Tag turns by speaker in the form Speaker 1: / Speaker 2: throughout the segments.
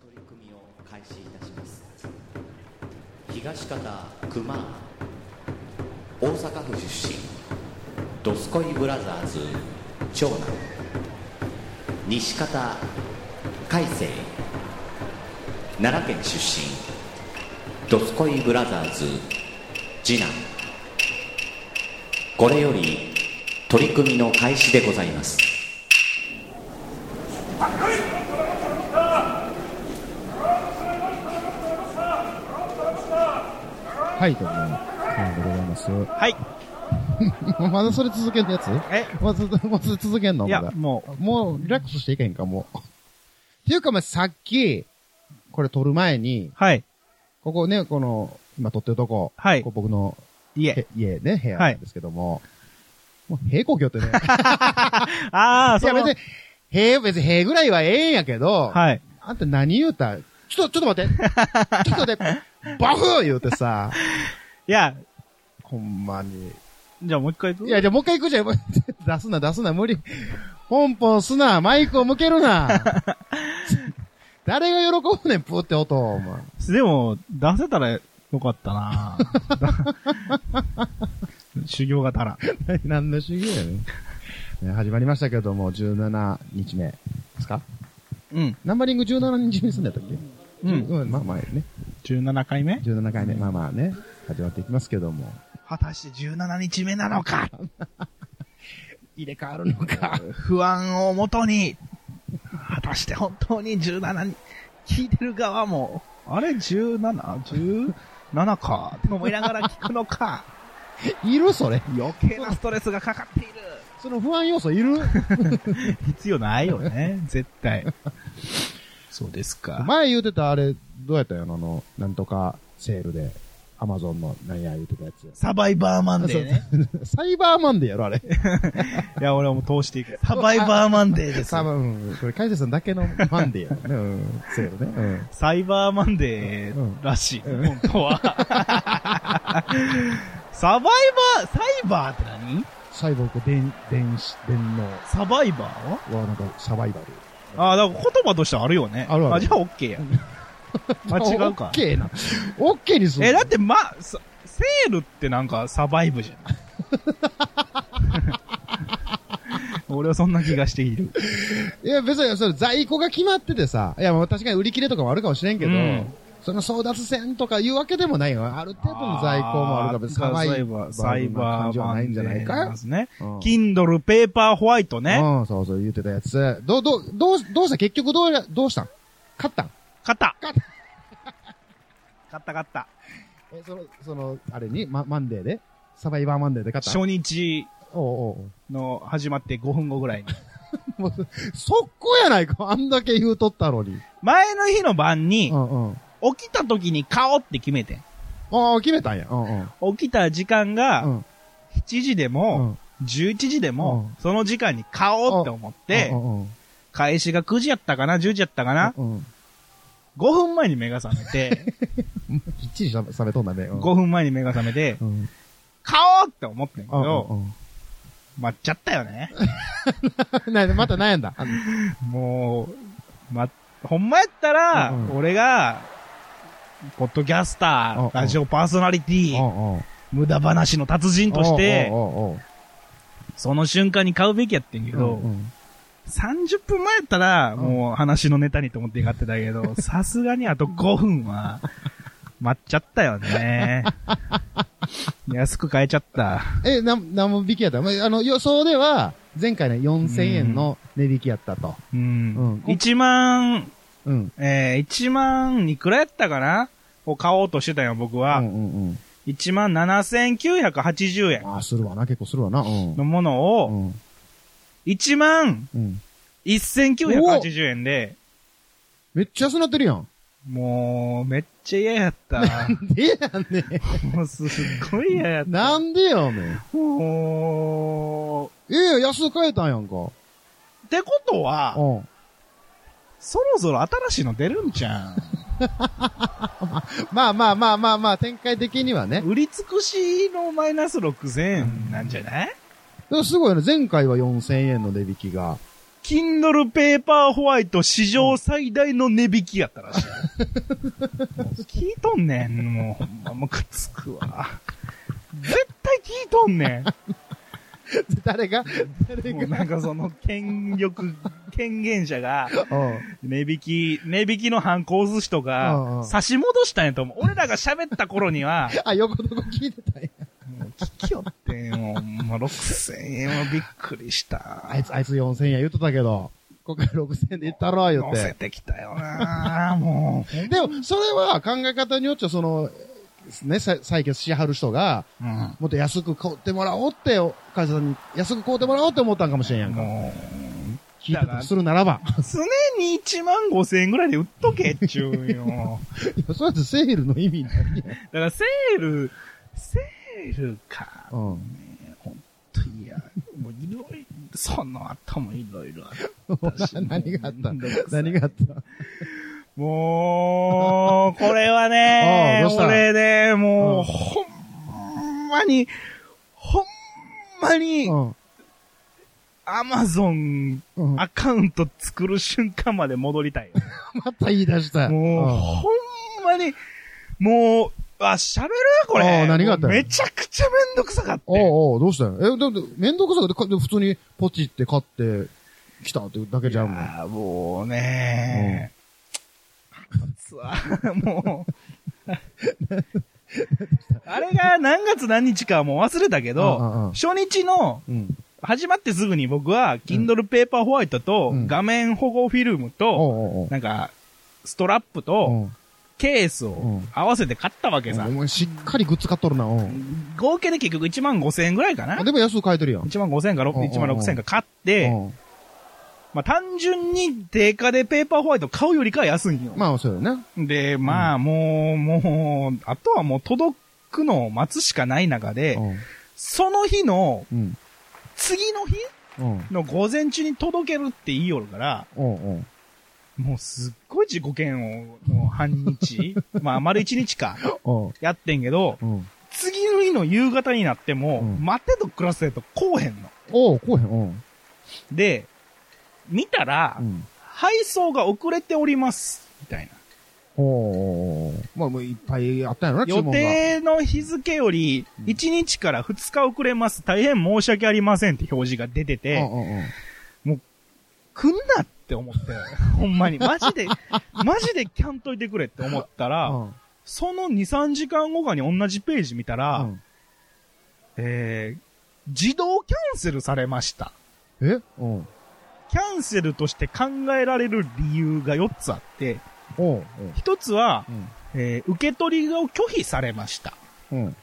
Speaker 1: 取り組みを開始いたします東方熊大阪府出身ドスコイブラザーズ長男西方海星奈良県出身ドスコイブラザーズ次男これより取り組みの開始でございます
Speaker 2: はい、どうも。はい、ございます。
Speaker 3: はい。
Speaker 2: まだそれ続けるやつ
Speaker 3: え
Speaker 2: まず、まず続けんの
Speaker 3: い
Speaker 2: ま
Speaker 3: や
Speaker 2: だ、。
Speaker 3: も
Speaker 2: もう、リラックスしていけへんか、もう。っていうか、ま、さっき、これ撮る前に
Speaker 3: う、、はい。
Speaker 2: ここね、この、今撮ってるとこ、
Speaker 3: はい
Speaker 2: ここ僕の
Speaker 3: い
Speaker 2: へ
Speaker 3: え。
Speaker 2: 家ね、部屋なんですけども、もう、平行鏡って ね、
Speaker 3: ああ、
Speaker 2: い
Speaker 3: そ
Speaker 2: や、
Speaker 3: う。
Speaker 2: 別に、平、別に平ぐらいはええんやけど、
Speaker 3: はい。
Speaker 2: あんた何言うたちょっと、ちょっと待って、 ちょっと待って、バフー言うてさ、
Speaker 3: いや、
Speaker 2: ほんまに。
Speaker 3: じゃあもう一回行く
Speaker 2: いや、じゃあもう一回行くじゃん。 出すな、出すな、無理。ポンポンすな、マイクを向ける な。誰が喜ぶねん、プーって音を、お前。
Speaker 3: でも、出せたらよかった な修行がたら。
Speaker 2: 何の主義やねん。ね始まりましたけども、17日目ですか
Speaker 3: うん。
Speaker 2: ナンバリング17日目すんだったっけ
Speaker 3: うん。
Speaker 2: まあまあね。
Speaker 3: 17回目
Speaker 2: 17回目、まあまあね。始まっていきますけども。
Speaker 3: 果たして17日目なのか
Speaker 2: 入れ替わるの か。
Speaker 3: 不安をもとに、果たして本当に17に、聞いてる側も、あれ 17?17 かって思いながら聞くのか。
Speaker 2: いるそれ。
Speaker 3: 余計なストレスがかかっている。
Speaker 2: その不安要素いる
Speaker 3: 必要ないよね、絶対。そうですか。
Speaker 2: 前言うてたあれ、どうやったんやろあの、なんとかセールで、アマゾンのなんや言うてたやつ。
Speaker 3: サバイバーマンデーね。
Speaker 2: サイバーマンデーやろ、あ れ。
Speaker 3: いや、俺はもう通していく。サバイバーマンデーです。
Speaker 2: 多分、これ、カイセさんだけのマンデーやろね。 うん、セールね。
Speaker 3: サイバーマンデーらしい、
Speaker 2: うん
Speaker 3: 本当は。サバイバー、サイバーって何
Speaker 2: サイボーグ電、電子、電脳
Speaker 3: サバイバーは
Speaker 2: はなんかサバイバル。
Speaker 3: ああ、だから言葉としてあるよね。
Speaker 2: あるある
Speaker 3: じゃあオッケーや。間違う
Speaker 2: オッ
Speaker 3: か。
Speaker 2: ケーな。オッケーにする。
Speaker 3: え、だってま、さセールってなんかサバイブじゃん。俺はそんな気がしている。
Speaker 2: いや、別に、それ在庫が決まっててさ、いや、まあ確かに売り切れとかもあるかもしれんけど、
Speaker 3: うん
Speaker 2: その争奪戦とかいうわけでもないよ。ある程度の在庫もあるから、別にサバイバル
Speaker 3: サイ
Speaker 2: な
Speaker 3: バ
Speaker 2: 感じ
Speaker 3: ー
Speaker 2: は
Speaker 3: マ
Speaker 2: ないん
Speaker 3: ン
Speaker 2: じ
Speaker 3: デ
Speaker 2: ゃない
Speaker 3: ーなん
Speaker 2: か
Speaker 3: ですね。
Speaker 2: うん
Speaker 3: Kindle ペーパーホワイトね。
Speaker 2: うん、そうそう、言ってたやつ。どう、どう、どう、どうした結局どうや、どうしたん勝ったん
Speaker 3: 買った
Speaker 2: 勝っ
Speaker 3: 買った買った。
Speaker 2: え、その、その、あれに、ママンデーでサバイバーマンデーで勝った
Speaker 3: 初
Speaker 2: ん
Speaker 3: 日
Speaker 2: おうおう
Speaker 3: の始まって5分後ぐらいに。
Speaker 2: おうもう、速攻やないか。あんだけ言うとったのに。
Speaker 3: 前の日の晩に
Speaker 2: う、んうん。
Speaker 3: 起きた時に買おうって決めてん。
Speaker 2: ああ、決めたんや。うんうん。
Speaker 3: 起きた時間
Speaker 2: う
Speaker 3: が、
Speaker 2: ん
Speaker 3: 7時で
Speaker 2: う
Speaker 3: も、
Speaker 2: ん。
Speaker 3: 11時でも
Speaker 2: うん、
Speaker 3: その時間に買おうって思って
Speaker 2: う、んうん
Speaker 3: 開始が9時やったかな、10時やったかな、
Speaker 2: うんうん。
Speaker 3: 5分前に目が覚めて、
Speaker 2: きっちりしゃ冷めとんだね。うん
Speaker 3: 5分前に目が覚めて、
Speaker 2: うん。うん
Speaker 3: 買おうって思ってんけ
Speaker 2: うん
Speaker 3: ど、
Speaker 2: うん
Speaker 3: 待っちゃったよね。
Speaker 2: なまた悩んだ。あ
Speaker 3: もう、ま、ほんまやったら
Speaker 2: うん、うん
Speaker 3: 俺が、ポッドキャスタ
Speaker 2: うんうん
Speaker 3: ー、ラジオパーソナリテ
Speaker 2: う
Speaker 3: ィ、
Speaker 2: んうん
Speaker 3: 無駄話の達人として
Speaker 2: う、んうんうん
Speaker 3: その瞬間に買うべきやってんけど
Speaker 2: う、ん
Speaker 3: 30分前やったら、
Speaker 2: ん
Speaker 3: もう話のネタにと思って買ってたけど、さすがにあと5 分は、待っちゃったよね。安く買えちゃった。
Speaker 2: え、なん、何も引きやったまああの、予想では、前回ね、4000円の値引きやったと。
Speaker 3: う
Speaker 2: うん
Speaker 3: ん。1万、
Speaker 2: うん。
Speaker 3: えー、1万、いくらやったかなを買おうとしてたよ、僕
Speaker 2: う
Speaker 3: は。
Speaker 2: んうんうん。
Speaker 3: 1万7980円
Speaker 2: ああ、するわな、結構するわな。うん。
Speaker 3: のもの
Speaker 2: う
Speaker 3: を、
Speaker 2: ん。
Speaker 3: 1万
Speaker 2: うん。
Speaker 3: 1980円で、
Speaker 2: めっちゃ安なってるやん。
Speaker 3: もう、めっちゃ嫌やった。
Speaker 2: でやね
Speaker 3: もうすっごい嫌やっ
Speaker 2: ん。
Speaker 3: た。
Speaker 2: なんでやねん。
Speaker 3: もう、
Speaker 2: ええ安く買えたんやんか。
Speaker 3: ってことは、
Speaker 2: うん。
Speaker 3: そろそろ新しいの出るんじゃん。
Speaker 2: まあまあまあまあまあ、展開的にはね。
Speaker 3: 売り尽くしのマイナス6000円なんじゃない
Speaker 2: でもすごいね、前回は4000円の値引きが。
Speaker 3: Kindle Paper White 史上最大の値引きやったらしい。もう聞いとんねん、もう。ほんまムカつくわ。絶対聞いとんね
Speaker 2: 誰が
Speaker 3: ん。
Speaker 2: 誰
Speaker 3: もう
Speaker 2: が
Speaker 3: なんかその権力、権限者が、
Speaker 2: うん
Speaker 3: 値引き、値引きの犯行を押す人
Speaker 2: うんう
Speaker 3: が
Speaker 2: ん、
Speaker 3: 差し戻したんやと思う。俺らが喋った頃には、
Speaker 2: あ、横どこ聞いてたんや。
Speaker 3: もう聞きよって、もう、もう6000円はびっくりした。
Speaker 2: あいつ、あいつ4000円言うとったけど、今回6000円で言ったろ、言っ
Speaker 3: 乗せ
Speaker 2: て。
Speaker 3: てきたよなもう。
Speaker 2: でも、それは考え方によっちゃ、その、ね、さ採決しはる人が、
Speaker 3: うん。
Speaker 2: もっと安く買ってもらおうって、会社さんに安く買ってもらおうって思ったんかもしれんやんか。
Speaker 3: も
Speaker 2: 聞いてたとするなら ば。
Speaker 3: う、常に1万5千円ぐらいで売っとけっちゅうんよ。
Speaker 2: いやそうやってセールの意味になるや
Speaker 3: だからセール、セールか。
Speaker 2: ん。うん。
Speaker 3: いや、もういろいろ、その後もいろいろあった し
Speaker 2: 何があった
Speaker 3: もうめんどくさい
Speaker 2: 何があった、
Speaker 3: もう、これはね
Speaker 2: おうどうした
Speaker 3: 俺ね、もう、
Speaker 2: うん
Speaker 3: ほんまに、ほんまに、
Speaker 2: うん。
Speaker 3: アマゾン
Speaker 2: うん
Speaker 3: アカウント作る瞬間まで戻りたいよ。
Speaker 2: また言い出した。
Speaker 3: もう、ほんまに、もう、あ、喋るこ
Speaker 2: お
Speaker 3: れ。
Speaker 2: う何があったの
Speaker 3: めちゃくちゃめんどくさかった。
Speaker 2: うん。おうおう、どうしたんえ、だって、めんどくさくてか、で普通にポチって買ってきたってだけじゃんもん。
Speaker 3: あーもうねつわ、もう。 あれが何月何日かはもう忘れたけ
Speaker 2: うんうんう
Speaker 3: ど
Speaker 2: ん、
Speaker 3: 初日の
Speaker 2: うん。
Speaker 3: 始まってすぐに僕は Kindle Paper White と
Speaker 2: うん
Speaker 3: 画面保護フィルムと、
Speaker 2: おうおう
Speaker 3: なんか、ストラップ
Speaker 2: おう。
Speaker 3: と
Speaker 2: ん。
Speaker 3: ケースを合わせて買ったわけさ
Speaker 2: お。前しっかりグッズ買っとるな、うん。
Speaker 3: 合計で結局1万5千円ぐらいかな
Speaker 2: あでも安く買えてるやん。
Speaker 3: 1万5千円か
Speaker 2: うんうんうん
Speaker 3: 1万6千円か買って、
Speaker 2: うん
Speaker 3: まあ単純に定価でペーパーホワイト買うよりかは安いんよ。
Speaker 2: まあ、そうよね。
Speaker 3: で、まあもう、もう、あとはもう届くのを待つしかない中で、その日の、
Speaker 2: うん。
Speaker 3: 次の日
Speaker 2: うん。うん
Speaker 3: の午前中に届けるって言いよるから、
Speaker 2: おうおう。
Speaker 3: もうすっごい自己嫌悪を、もう半 日まあ丸1日か、
Speaker 2: おう
Speaker 3: やってんけど、
Speaker 2: うん。
Speaker 3: 次の日の夕方になっても、
Speaker 2: うん
Speaker 3: 待てと暮らせとこうへんの。
Speaker 2: おう、こうへん。うん
Speaker 3: で、見たら
Speaker 2: う、ん。
Speaker 3: 配送が遅れております。みたいな。
Speaker 2: おうおうおう。まあ、もういっぱいあったんやろな、注
Speaker 3: 予
Speaker 2: 文が。
Speaker 3: 定の日付より1日から2日遅れます。大変申し訳ありませんって表示が出て
Speaker 2: う
Speaker 3: て、
Speaker 2: んうんうん。
Speaker 3: 来んなって思って、 ほんまに。マジ で、マジでキャンといてくれって思ったら、
Speaker 2: うん
Speaker 3: その2、3時間後かに同じページ見た
Speaker 2: う
Speaker 3: ら、
Speaker 2: ん
Speaker 3: えー自動キャンセルされました。
Speaker 2: えうん。
Speaker 3: キャンセルとして考えられる理由が4つあって、
Speaker 2: おうおう。
Speaker 3: 1つは
Speaker 2: う、ん。
Speaker 3: えー受け取りを拒否されました。
Speaker 2: うん。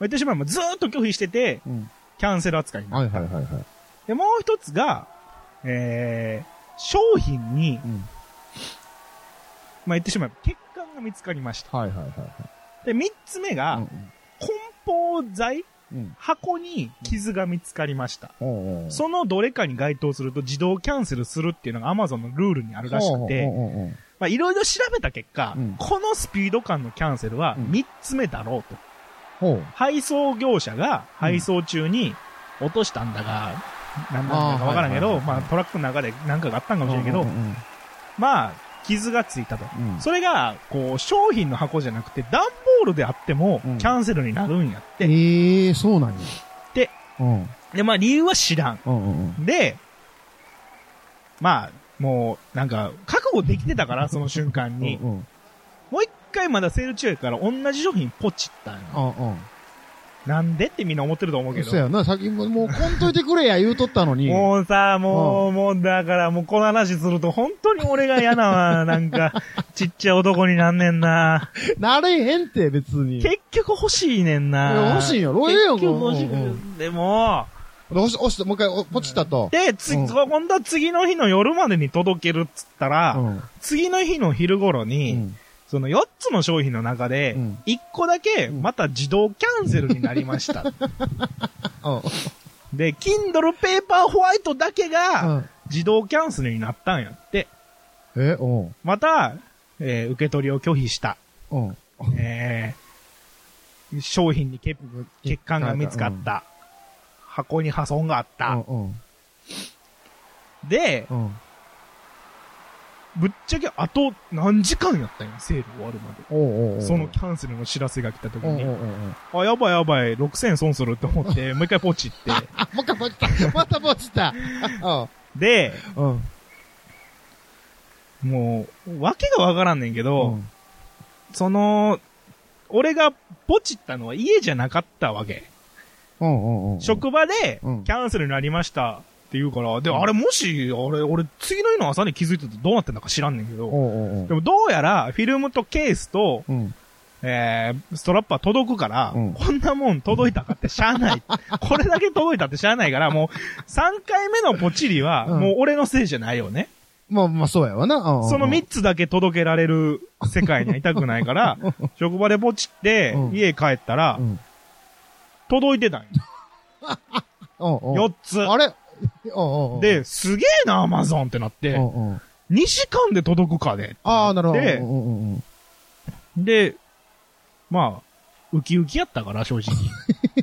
Speaker 3: 言ってしまえばずーっと拒否してて、
Speaker 2: うん。
Speaker 3: キャンセル扱いになる
Speaker 2: はいはいはいはい。
Speaker 3: で、もう一つが、えー、商品に、
Speaker 2: うん。
Speaker 3: まあ、言ってしまえば欠陥が見つかりました。
Speaker 2: はいはいはいはい。
Speaker 3: で、三つ目が、梱包
Speaker 2: う
Speaker 3: 材
Speaker 2: ん。うん。
Speaker 3: 箱に傷が見つかりました。
Speaker 2: おうおう。
Speaker 3: そのどれかに該当すると自動キャンセルするっていうのが Amazon のルールにあるらしく
Speaker 2: おう
Speaker 3: て、
Speaker 2: おうおう
Speaker 3: まあ、いろいろ調べた結果、
Speaker 2: うん
Speaker 3: このスピード感のキャンセルは
Speaker 2: うん
Speaker 3: 三つ目だろうと。
Speaker 2: おう。おう。
Speaker 3: 配送業者が配送中に落としたんだが、なんなんだかわからんけ
Speaker 2: あーはいはいは
Speaker 3: ど、
Speaker 2: い
Speaker 3: まあトラックの中で何かがあったんかもしれんけど、
Speaker 2: うんうん
Speaker 3: まあ、傷がついたと。
Speaker 2: うん。
Speaker 3: それが、こう、商品の箱じゃなくて、段ボールであっても、キ
Speaker 2: うん
Speaker 3: ャンセルになるんやって。
Speaker 2: ええ、そうなんや。
Speaker 3: で、
Speaker 2: うん。
Speaker 3: で、まあ、理由は知らん。
Speaker 2: うんうんうん。
Speaker 3: で、まあ、もう、なんか、覚悟できてたから、その瞬間に。
Speaker 2: うんうん。
Speaker 3: もう一回まだセール中やから、同じ商品ポチったんよ
Speaker 2: あうん。
Speaker 3: なんでってみんな思ってると思うけ
Speaker 2: そう
Speaker 3: ど。
Speaker 2: やな、先も、もう、こんといてくれや 言うとったのに。
Speaker 3: もうさ、もう、もう、だから、もうこの話すると、本当に俺が嫌な わ。なんか、ちっちゃい男になんねんな。
Speaker 2: なれへんって、別に。
Speaker 3: 結局欲しいねん
Speaker 2: いや
Speaker 3: な。
Speaker 2: 欲しいんやろええやん
Speaker 3: 結局欲しい
Speaker 2: うんう
Speaker 3: でも、
Speaker 2: 押し、押して、もう一回お、ポチったと。
Speaker 3: で、
Speaker 2: う
Speaker 3: つ、
Speaker 2: ん
Speaker 3: 今度は次の日の夜までに届けるっつったら、
Speaker 2: うん。
Speaker 3: 次の日の昼頃に、
Speaker 2: うん
Speaker 3: その4つの商品の中で
Speaker 2: うん、
Speaker 3: 1個だけまた自動キャンセルになりま した。で、Kindle Paper White だけ
Speaker 2: う
Speaker 3: が
Speaker 2: ん
Speaker 3: 自動キャンセルになったんやって、
Speaker 2: え、うん。
Speaker 3: また、えー受け取りを拒否した。
Speaker 2: うん。
Speaker 3: えー商品に欠欠陥が見つかった。箱に破損があった。
Speaker 2: うん。
Speaker 3: で、
Speaker 2: うん。
Speaker 3: ぶっちゃけあと何時間やったんや、セール終わるま
Speaker 2: おうおうおう
Speaker 3: で。そのキャンセルの知らせが来た時
Speaker 2: おうおうお
Speaker 3: に、
Speaker 2: うおう
Speaker 3: あ、やばいやばい、6000損するって思 って、もう一回ポチって。
Speaker 2: あ、もう一回ポチ った。またポチった。あ
Speaker 3: で、
Speaker 2: うん。うん。
Speaker 3: もう、わけがわからんねんけど、
Speaker 2: うん
Speaker 3: その、俺がポチったのは家じゃなかったわけ。
Speaker 2: うんうん。
Speaker 3: 職場で、キ
Speaker 2: うん
Speaker 3: ャンセルになりましたって言うから、で、あれもし、あれ、俺、次の日の朝に気づいててどうなってんだか知らんねんけ
Speaker 2: おう
Speaker 3: ど、
Speaker 2: おうおう
Speaker 3: でもどうやら、フィルムとケースと、
Speaker 2: うん。
Speaker 3: えー、ストラップは届くから、
Speaker 2: うん
Speaker 3: こんなもん届いたかってしゃ あない。これだけ届いたってしゃあないから、もう、3回目のポチリは、
Speaker 2: うん
Speaker 3: もう俺のせいじゃないよね。
Speaker 2: まあまあ、そうやわな。うんうんうん
Speaker 3: その3つだけ届けられる世界にはいたくないから、職場でポチって
Speaker 2: う、ん
Speaker 3: 家帰ったら
Speaker 2: う、ん。
Speaker 3: 届いてたん
Speaker 2: おうおう
Speaker 3: よ。4つ。
Speaker 2: あれおうおうおう、
Speaker 3: で、すげえな、アマゾンってなって、
Speaker 2: おうおう
Speaker 3: 2時間で届くかで。
Speaker 2: ああ、なるほど。
Speaker 3: で
Speaker 2: うんうんうんうん
Speaker 3: で、まあ、ウキウキやったから、正直。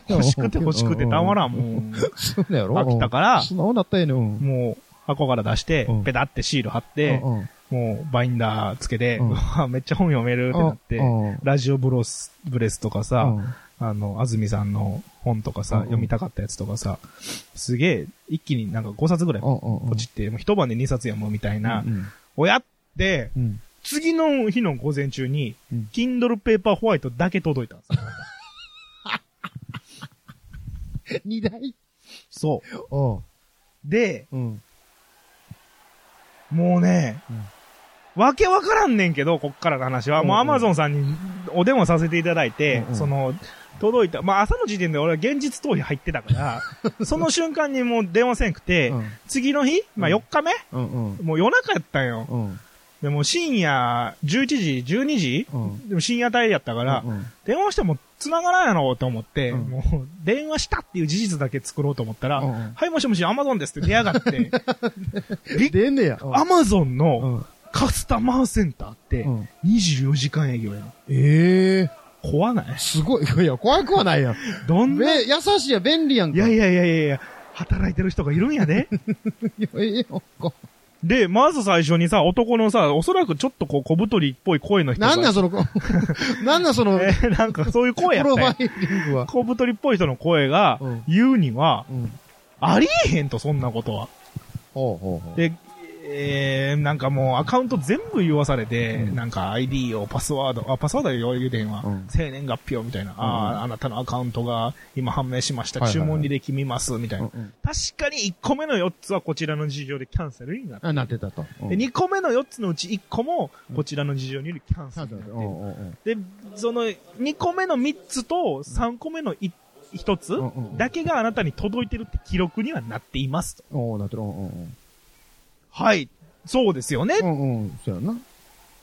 Speaker 3: 欲しくて欲しくてたまらん、もう。
Speaker 2: そうだよろ。
Speaker 3: 飽きたから
Speaker 2: 素直だったよね。うん。
Speaker 3: もう、箱から出して
Speaker 2: うん、
Speaker 3: ペタってシール貼って、
Speaker 2: うんうん
Speaker 3: もう、バインダーつけて、
Speaker 2: うん
Speaker 3: うわめっちゃ本読めるってなって
Speaker 2: うんうん、
Speaker 3: ラジオブロス、ブレスとかさ、
Speaker 2: うん
Speaker 3: あの、安住さんの本とか
Speaker 2: う
Speaker 3: さ、
Speaker 2: んうん
Speaker 3: 読みたかったやつとかさ、すげえ、一気になんか5冊ぐらい、
Speaker 2: うん
Speaker 3: ポ
Speaker 2: うんうん
Speaker 3: チって、もう一晩で2冊読むみたいな
Speaker 2: う、ん
Speaker 3: をやって、
Speaker 2: うん。
Speaker 3: 次の日の午前中に
Speaker 2: うん、
Speaker 3: Kindle Paper White だけ届いたんですよ。
Speaker 2: 二台
Speaker 3: そ
Speaker 2: おう。
Speaker 3: う。で、
Speaker 2: うん。
Speaker 3: もうね
Speaker 2: うん、
Speaker 3: わけわからんねんけど、こっからの話は。もう
Speaker 2: うんう
Speaker 3: ア
Speaker 2: ん
Speaker 3: マゾンさんにお電話させていただいて
Speaker 2: うんう、ん
Speaker 3: その、届いた。まあ朝の時点で俺は現実逃避入ってた から、その瞬間にもう電話せんくて
Speaker 2: うん、
Speaker 3: 次の日まあ
Speaker 2: うん
Speaker 3: 4日目
Speaker 2: うんうん。
Speaker 3: もう夜中やったんよ。
Speaker 2: うん。
Speaker 3: でもう深夜11時、12時
Speaker 2: うん
Speaker 3: でも深夜帯やったから
Speaker 2: う、んうん
Speaker 3: 電話しても繋がらんやろうと思って、
Speaker 2: うん
Speaker 3: もう電話したっていう事実だけ作ろうと思ったら、
Speaker 2: うんうん
Speaker 3: はいもしもしアマゾンですって出やがって、
Speaker 2: 出んねや。
Speaker 3: アマゾ ン
Speaker 2: う
Speaker 3: の
Speaker 2: ん。
Speaker 3: カスタマーセンターって
Speaker 2: うん
Speaker 3: 24時間営業やの。
Speaker 2: ええ。
Speaker 3: 怖ない
Speaker 2: すごい。いや、怖くはない やん。
Speaker 3: どんな、い
Speaker 2: べ、優しいやん、便利やんか。
Speaker 3: やいやいやいやいや、働いてる人がいるんやで。
Speaker 2: いや。いや、こ
Speaker 3: で、まず最初にさ、男のさ、おそらくちょっとこう小太りっぽい声の人が。
Speaker 2: なんなんその、 なんなんその、
Speaker 3: え
Speaker 2: プ
Speaker 3: ーなんかそういう声やった
Speaker 2: ロ
Speaker 3: ん
Speaker 2: フ
Speaker 3: や
Speaker 2: ァイリングは。
Speaker 3: 小太りっぽい人の声が
Speaker 2: うん
Speaker 3: 言うには、
Speaker 2: うん。
Speaker 3: ありえへんと、そんなことは。
Speaker 2: ほうほうほう。
Speaker 3: で、えー、なんかもうアカウント全部言わされて、
Speaker 2: うん
Speaker 3: なんか ID をパスワード、あ、パスワードよ、言うてへんわ。
Speaker 2: うん
Speaker 3: 生年月日をみたいな。ああ、あなたのアカウントが今判明しました。
Speaker 2: はいはいはい
Speaker 3: 注文履歴見ます、みたいな。
Speaker 2: うんうん
Speaker 3: 確かに1個目の4つはこちらの事情でキャンセルになった。
Speaker 2: あ、なってたと。うん
Speaker 3: で、2個目の4つのうち1個も、こちらの事情によりキャンセルになってる
Speaker 2: おうおうおう
Speaker 3: で、その、2個目の3つと3個目の1つ
Speaker 2: うんうん
Speaker 3: だけがあなたに届いてるって記録にはなっていますと。
Speaker 2: おうなってる。うんうん
Speaker 3: はい。そうですよね。
Speaker 2: うん。うんうん。そうやな。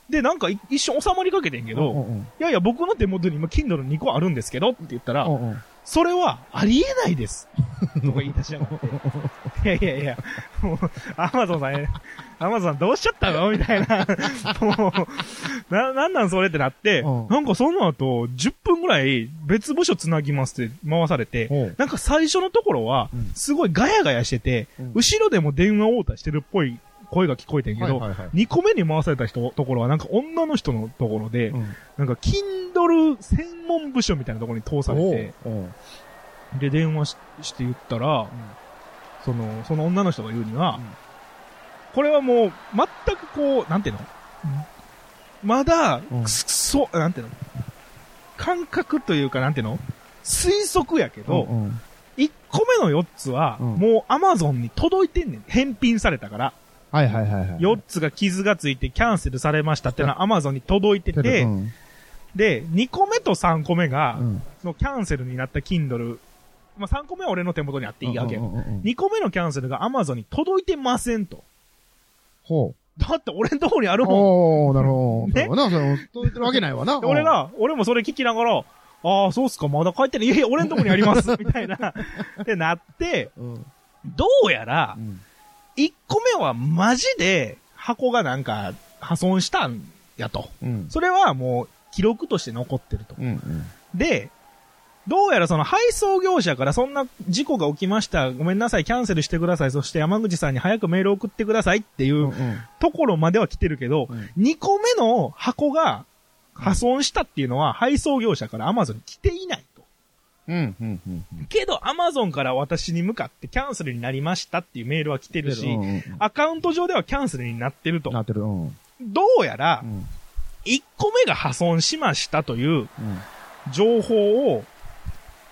Speaker 3: で、なんかい一瞬収まりかけてんけ
Speaker 2: うん
Speaker 3: ど、
Speaker 2: うん
Speaker 3: いやいや、僕の手元に今、Kindle の2個あるんですけど、って言ったら
Speaker 2: う、んうん。
Speaker 3: それはありえないです。 とか言い出しやがって。いやいやいや、もう、アマゾンさん、アマゾンさんどうしちゃったのみたいな。もう、な、なんなんそれってなって、
Speaker 2: うん
Speaker 3: なんかその後、10分ぐらい別部署つなぎますって回され
Speaker 2: お
Speaker 3: て
Speaker 2: う、
Speaker 3: なんか最初のところは
Speaker 2: うん、
Speaker 3: すごいガヤガヤしてて、
Speaker 2: うん
Speaker 3: 後ろでも電話応対してるっぽい声が聞こえてんけど、
Speaker 2: はいはいはい
Speaker 3: 2個目に回された人、ところはなんか女の人のところで、
Speaker 2: うん
Speaker 3: なんか Kindle 専門部署みたいなところに通されて、
Speaker 2: おうおう
Speaker 3: で、電話しして言ったら、その、その女の人が言うには、
Speaker 2: うん
Speaker 3: これはもう、全くこう、なんていうの、まだ、
Speaker 2: うん
Speaker 3: くそ、なんていうの感覚というか、なんていうの推測やけ
Speaker 2: うん
Speaker 3: ど、一1個目の4つは、
Speaker 2: うん
Speaker 3: もう Amazon に届いてんねん。返品されたから。
Speaker 2: はいはいはいはい。
Speaker 3: 4つが傷がついてキャンセルされましたってのは Amazon に届いて
Speaker 2: う
Speaker 3: て、
Speaker 2: ん
Speaker 3: で、2個目と3個目が
Speaker 2: う、ん
Speaker 3: そのキャンセルになった Kindle。まあ、3個目は俺の手元にあっていいわけ
Speaker 2: うん
Speaker 3: よ。
Speaker 2: うんうんうん
Speaker 3: 2個目のキャンセルが Amazon に届いてませんと。
Speaker 2: ほう。
Speaker 3: だって俺のとこにあるもん。
Speaker 2: おおなるほど。
Speaker 3: ね
Speaker 2: そうやな、その、届いてるわけないわな。
Speaker 3: で俺が、俺もそれ聞きながら、ああ、そうっすか、まだ帰ってない。いやいや、俺のとこにあ ります。みたいな。ってなって、
Speaker 2: うん、うん。
Speaker 3: どうやら
Speaker 2: う、ん。
Speaker 3: 1個目はマジで箱がなんか破損したんやと。
Speaker 2: うん。
Speaker 3: それはもう記録として残ってると。
Speaker 2: うん。
Speaker 3: で、どうやらその配送業者からそんな事故が起きました。ごめんなさい、キャンセルしてください。そして山口さんに早くメール送ってくださいっていうところまでは来てるけど、
Speaker 2: うん
Speaker 3: 2個目の箱が破損したっていうのは配送業者から Amazon に来ていないと。
Speaker 2: うん、うん、うん。
Speaker 3: けど Amazon から私に向かってキャンセルになりましたっていうメールは来てるし、
Speaker 2: うんうん
Speaker 3: アカウント上ではキャンセルになってると。
Speaker 2: なってる。うん。うん。
Speaker 3: どうやら、1個目が破損しましたという
Speaker 2: うん
Speaker 3: 情報を、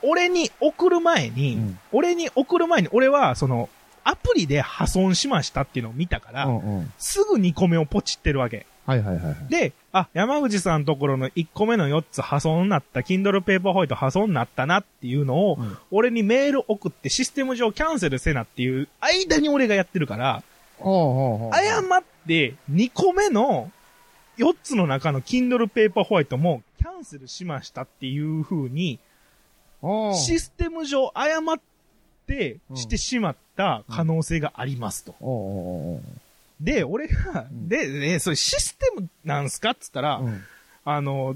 Speaker 3: 俺に送る前に、
Speaker 2: うん
Speaker 3: 俺に送る前に、俺は、その、アプリで破損しましたっていうのを見たから、
Speaker 2: うんうん。
Speaker 3: すぐ2個目をポチってるわけ。
Speaker 2: はいはいはいはい。
Speaker 3: で、あ、山口さんのところの1個目の4つ破損になった、Kindle Paperwhite 破損になったなっていうのを、
Speaker 2: うん
Speaker 3: 俺にメール送ってシステム上キャンセルせなっていう間に俺がやってるから、
Speaker 2: ほうほうほう。
Speaker 3: 誤って2個目の4つの中の Kindle Paperwhite もキャンセルしましたっていう風に、
Speaker 2: ほう
Speaker 3: システム上誤ってしてしまった可能性がありますと。
Speaker 2: おうおう
Speaker 3: で、俺が、
Speaker 2: うん
Speaker 3: で、え、それシステムなんすかっつったら、
Speaker 2: おうおう。うん
Speaker 3: あの、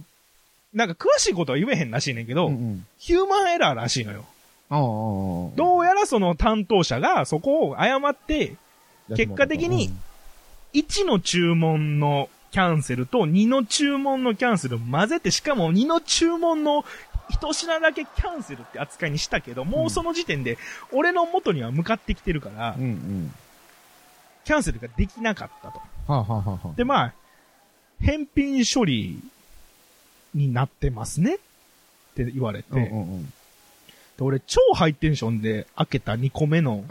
Speaker 3: なんか詳しいことは言えへんらしいねんけど、
Speaker 2: うんうん。
Speaker 3: ヒューマンエラーらしいのよ。
Speaker 2: おうおうおう
Speaker 3: どうやらその担当者がそこを誤って、結果的に、1の注文のキャンセルと2の注文のキャンセルを混ぜて、しかも2の注文の一品だけキャンセルって扱いにしたけど、もうその時点で俺の元には向かってきてるから、
Speaker 2: うんうん。
Speaker 3: キャンセルができなかったと。
Speaker 2: はあ、はあはあはあ、
Speaker 3: で、まあ、返品処理になってますねって言われて、
Speaker 2: うんうんうん。
Speaker 3: で俺超ハイテンションで開けた2個目の、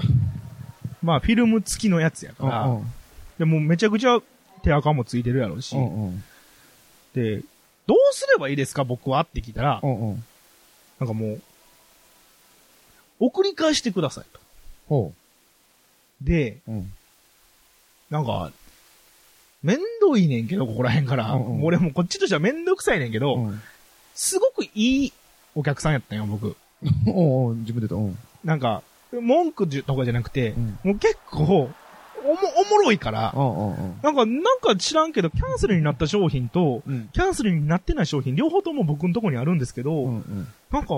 Speaker 3: まあフィルム付きのやつやから、
Speaker 2: うんうん
Speaker 3: でもうめちゃくちゃ手垢もついてるやろうし、
Speaker 2: うんうん。
Speaker 3: で、どうすればいいですか僕はって聞いたら
Speaker 2: う、んうん。
Speaker 3: なんかもう、送り返してくださいと。
Speaker 2: ほ
Speaker 3: で、
Speaker 2: う。うん。
Speaker 3: なんか、めんどいねんけど、ここら辺から。
Speaker 2: うんうん
Speaker 3: 俺もこっちとしてはめんどくさいねんけど、
Speaker 2: うん
Speaker 3: すごくいいお客さんやったんよ、僕。
Speaker 2: おうおう、自分で言った。
Speaker 3: なんか、文句とかじゃなくて、
Speaker 2: うん
Speaker 3: もう結構、おも、おもろいから、
Speaker 2: うん。うんうん
Speaker 3: なんか、なんか知らんけど、キャンセルになった商品と、
Speaker 2: うん。
Speaker 3: キャンセルになってない商品、両方とも僕のとこにあるんですけど、
Speaker 2: うんうん。
Speaker 3: なんか、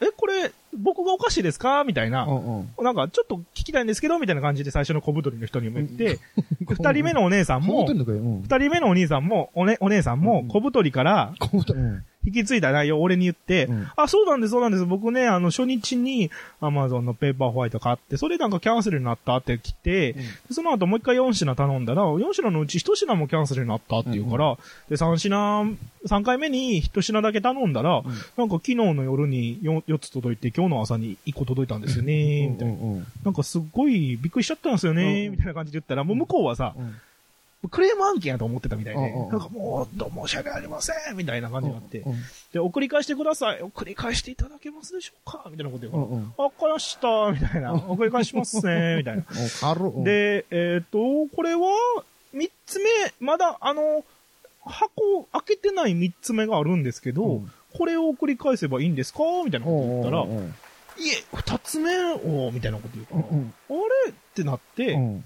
Speaker 3: え、これ、僕がおかしいですかみたいな、
Speaker 2: うんうん。
Speaker 3: なんか、ちょっと聞きたいんですけど、みたいな感じで最初の小太りの人にも言って、二、人目
Speaker 2: の
Speaker 3: のお姉さん
Speaker 2: も
Speaker 3: も、
Speaker 2: う、うん。
Speaker 3: 二人目のお兄さんも、おね、お姉さん
Speaker 2: う
Speaker 3: も
Speaker 2: ん、
Speaker 3: 小太りから
Speaker 2: こうたうん。
Speaker 3: 引き継いだ内容を俺に言って、
Speaker 2: うん
Speaker 3: あ、そうなんです、そうなんです。僕ね、あの、初日に Amazon のペーパーホワイト買って、それなんかキャンセルになったって来て、その後もう一回4品頼んだら、4品のうち1品もキャンセルになったっていうから、で、3品、3回目に1品だけ頼んだら、なんか昨日の夜に 4, 4つ届いて、今日の朝に1個届いたんですよね、みたいな。
Speaker 2: うんうん
Speaker 3: なんかすっごいびっくりしちゃったんですよ
Speaker 2: う
Speaker 3: ね、
Speaker 2: ん
Speaker 3: みたいな感じで言ったら、もう向こうはさ、
Speaker 2: うん
Speaker 3: クレーム案件やと思ってたみたいで、
Speaker 2: うんうんうん
Speaker 3: なんかもう、どうも申し訳ありません、みたいな感じになって、
Speaker 2: うん
Speaker 3: で、送り返してください、送り返していただけますでしょうか、みたいなこと言う
Speaker 2: う
Speaker 3: から、
Speaker 2: んうん。
Speaker 3: あわかりました、みたいな、送り返しま すね、みたいな。
Speaker 2: お軽っうん
Speaker 3: で、えっ、と、これは、三つ目、まだ、あの、箱を開けてない三つ目があるんですけど、
Speaker 2: うん
Speaker 3: これを送り返せばいいんですかみたいなこと言ったら、
Speaker 2: うんうん
Speaker 3: いえ、二つ目を、みたいなこと言うから、
Speaker 2: うん
Speaker 3: あれってなって、
Speaker 2: うん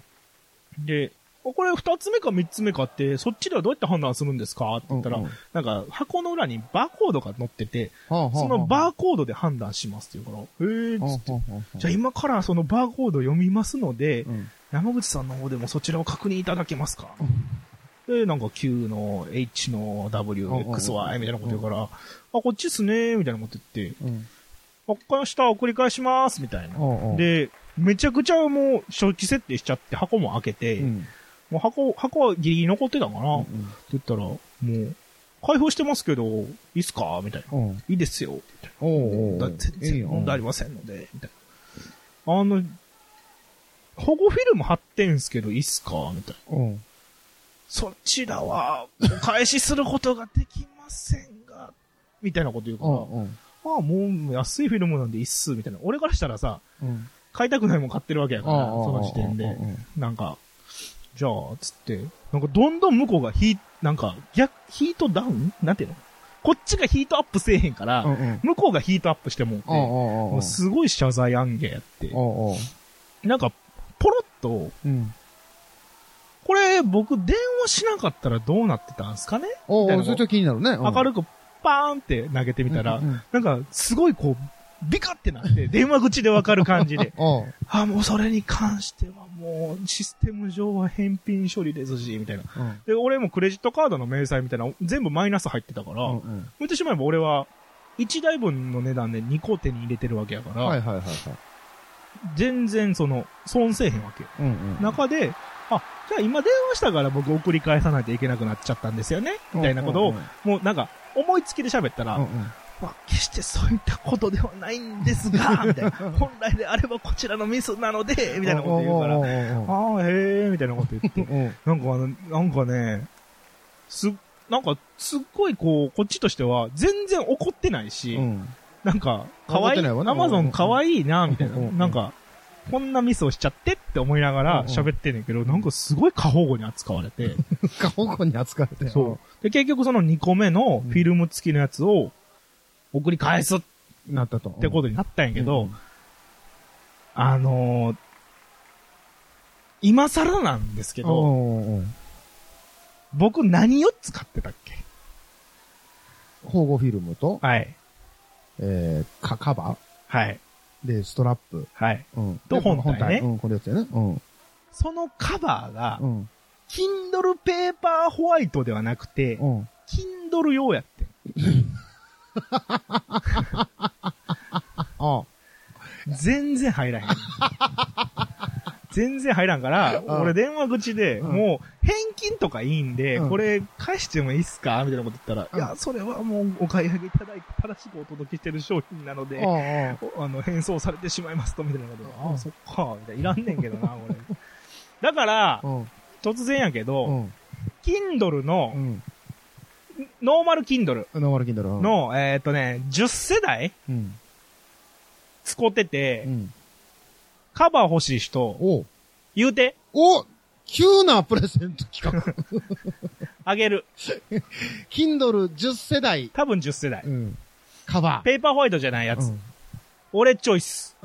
Speaker 3: で、あこれ二つ目か三つ目かって、そっちではどうやって判断するんですかって言ったら、
Speaker 2: うんうん
Speaker 3: なんか箱の裏にバーコードが載ってて、
Speaker 2: はあはあはあ
Speaker 3: そのバーコードで判断しますって言うから、へえーっつって、じゃあ今からそのバーコード読みますので、
Speaker 2: うん
Speaker 3: 山口さんの方でもそちらを確認いただけますか、で、なんか Q の H の W、
Speaker 2: うんうんうん
Speaker 3: XY みたいなこと言うから、あ、こっちっすねみたいなこと言って、
Speaker 2: うん
Speaker 3: わかりました、送り返しますみたいな。
Speaker 2: うんうん
Speaker 3: で、めちゃくちゃもう、承知設定しちゃって、箱も開けて、
Speaker 2: うん
Speaker 3: もう箱、箱はギリギリ残ってたかな、
Speaker 2: うん
Speaker 3: って言ったら、もう、開放してますけど、いいっすかみたいな。
Speaker 2: うん
Speaker 3: いいですよ。みたい
Speaker 2: おうおう
Speaker 3: な。だ全
Speaker 2: いい
Speaker 3: 然
Speaker 2: よ
Speaker 3: 問題ありませんので、みたいな。あの、保護フィルム貼ってんすけど、いいっすかみたいな。
Speaker 2: うん
Speaker 3: そちらは、お返しすることができませんが、みたいなこと言うか
Speaker 2: う
Speaker 3: ら、
Speaker 2: んうん
Speaker 3: ああ、もう安いフィルムなんでいいっす、みたいな。俺からしたらさ、
Speaker 2: うん
Speaker 3: 買いたくないもん買ってるわけやから、
Speaker 2: うんうんうん
Speaker 3: その時点で
Speaker 2: うんうん。
Speaker 3: なんか、じゃあ、つって、なんかどんどん向こうがヒー、なんか、逆、ヒートダウンなんていうのこっちがヒートアップせえへんから、
Speaker 2: うんうん
Speaker 3: 向こうがヒートアップしてもうて、
Speaker 2: おうおうお
Speaker 3: も
Speaker 2: う
Speaker 3: うすごい謝罪案件やって、
Speaker 2: おうおう
Speaker 3: なんか、ポロッと、
Speaker 2: うん
Speaker 3: これ僕電話しなかったらどうなってたんすかね
Speaker 2: おう
Speaker 3: みたい
Speaker 2: おう
Speaker 3: なの
Speaker 2: それちょっと気になるねうん
Speaker 3: 明るくパーンって投げてみたら、
Speaker 2: うんうん。
Speaker 3: なんか、すごいこう、ビカってなって、電話口でわかる感じで
Speaker 2: おう
Speaker 3: あ、もうそれに関してはもう、システム上は返品処理ですし、みたいな。
Speaker 2: うん
Speaker 3: で、俺もクレジットカードの明細みたいな、全部マイナス入ってたから、
Speaker 2: うん
Speaker 3: 言ってしまえば俺は、1台分の値段で2個手に入れてるわけやから、
Speaker 2: うんはいはいはいはい。
Speaker 3: 全然その、損せえへんわけよ。
Speaker 2: うんうん。
Speaker 3: 中で、あ、じゃあ今電話したから僕送り返さないといけなくなっちゃったんですよね、みたいなこと
Speaker 2: う
Speaker 3: を
Speaker 2: んうん、
Speaker 3: もうなんか、思いつきで喋ったら、
Speaker 2: うんうん
Speaker 3: まあ、決してそういったことではないんです が、みたいな。本来であればこちらのミスなので、みたいなこと言うから、
Speaker 2: おーおーおーおー
Speaker 3: ああ、へえ、みたいなこと言 って、
Speaker 2: うんうん
Speaker 3: なんかあの、なんかね、す、なんか、すっごいこう、こっちとしては、全然怒ってないし、
Speaker 2: うん
Speaker 3: なんか、かわい
Speaker 2: 怒って
Speaker 3: い、
Speaker 2: ないわ
Speaker 3: ア
Speaker 2: な
Speaker 3: マゾンかわいいな、みたいな。
Speaker 2: うん
Speaker 3: なんか、こんなミスをしちゃってって思いながら
Speaker 2: うん
Speaker 3: 喋ってんねんけど、なんかすごい過保護に扱われて、
Speaker 2: 過保護に扱われて。
Speaker 3: う。で、結局その2個目のフィルム付きのやつを送り返すっ
Speaker 2: う。なったと。って
Speaker 3: ことになったんやけど、あのー、今更なんですけ
Speaker 2: け
Speaker 3: ど、
Speaker 2: ど、
Speaker 3: 僕何を使ってたっけ
Speaker 2: 保護フィルムと、
Speaker 3: はい。
Speaker 2: えー、か、カバ
Speaker 3: はい。
Speaker 2: ーで、ストラップ。
Speaker 3: はい。
Speaker 2: うん。
Speaker 3: と
Speaker 2: で
Speaker 3: 本体ね
Speaker 2: うん、これやつやね。うん。
Speaker 3: そのカバーが
Speaker 2: う、ん。
Speaker 3: Kindle Paper White ではなくて、
Speaker 2: うん。
Speaker 3: Kindle 用やってん。
Speaker 2: あ
Speaker 3: 全然入らへん。全然入らんから、
Speaker 2: うん
Speaker 3: 俺電話口で、
Speaker 2: うん
Speaker 3: もう、返金とかいいんで、
Speaker 2: うん
Speaker 3: これ返してもいいっすかみたいなこと言ったら、
Speaker 2: うん
Speaker 3: いや、それはもうお買い上げいただいて、正しくお届けしてる商品なの
Speaker 2: あ。
Speaker 3: で、
Speaker 2: あ
Speaker 3: おあの、返送されてしまいますと、みたいなことで、
Speaker 2: うん
Speaker 3: ああ、そっか、みたいな、いらんねんけどな、俺。だから
Speaker 2: あ。う、ん。
Speaker 3: 突然やけ
Speaker 2: う
Speaker 3: ど、
Speaker 2: ん。
Speaker 3: Kindle の
Speaker 2: う、ん。
Speaker 3: ノーマル Kindle
Speaker 2: ノーマルキンドル。うん
Speaker 3: の、えーっとね、10世代
Speaker 2: うん。
Speaker 3: 使ってて
Speaker 2: う、ん。
Speaker 3: カバー欲しい人、
Speaker 2: おう
Speaker 3: 言うて、
Speaker 2: お急なプレゼント企 画。
Speaker 3: あげる。
Speaker 2: キンドル10世代。
Speaker 3: 多分10世代。
Speaker 2: うん。カバー。
Speaker 3: ペーパーホワイトじゃないやつ。
Speaker 2: うん
Speaker 3: 俺チョイス。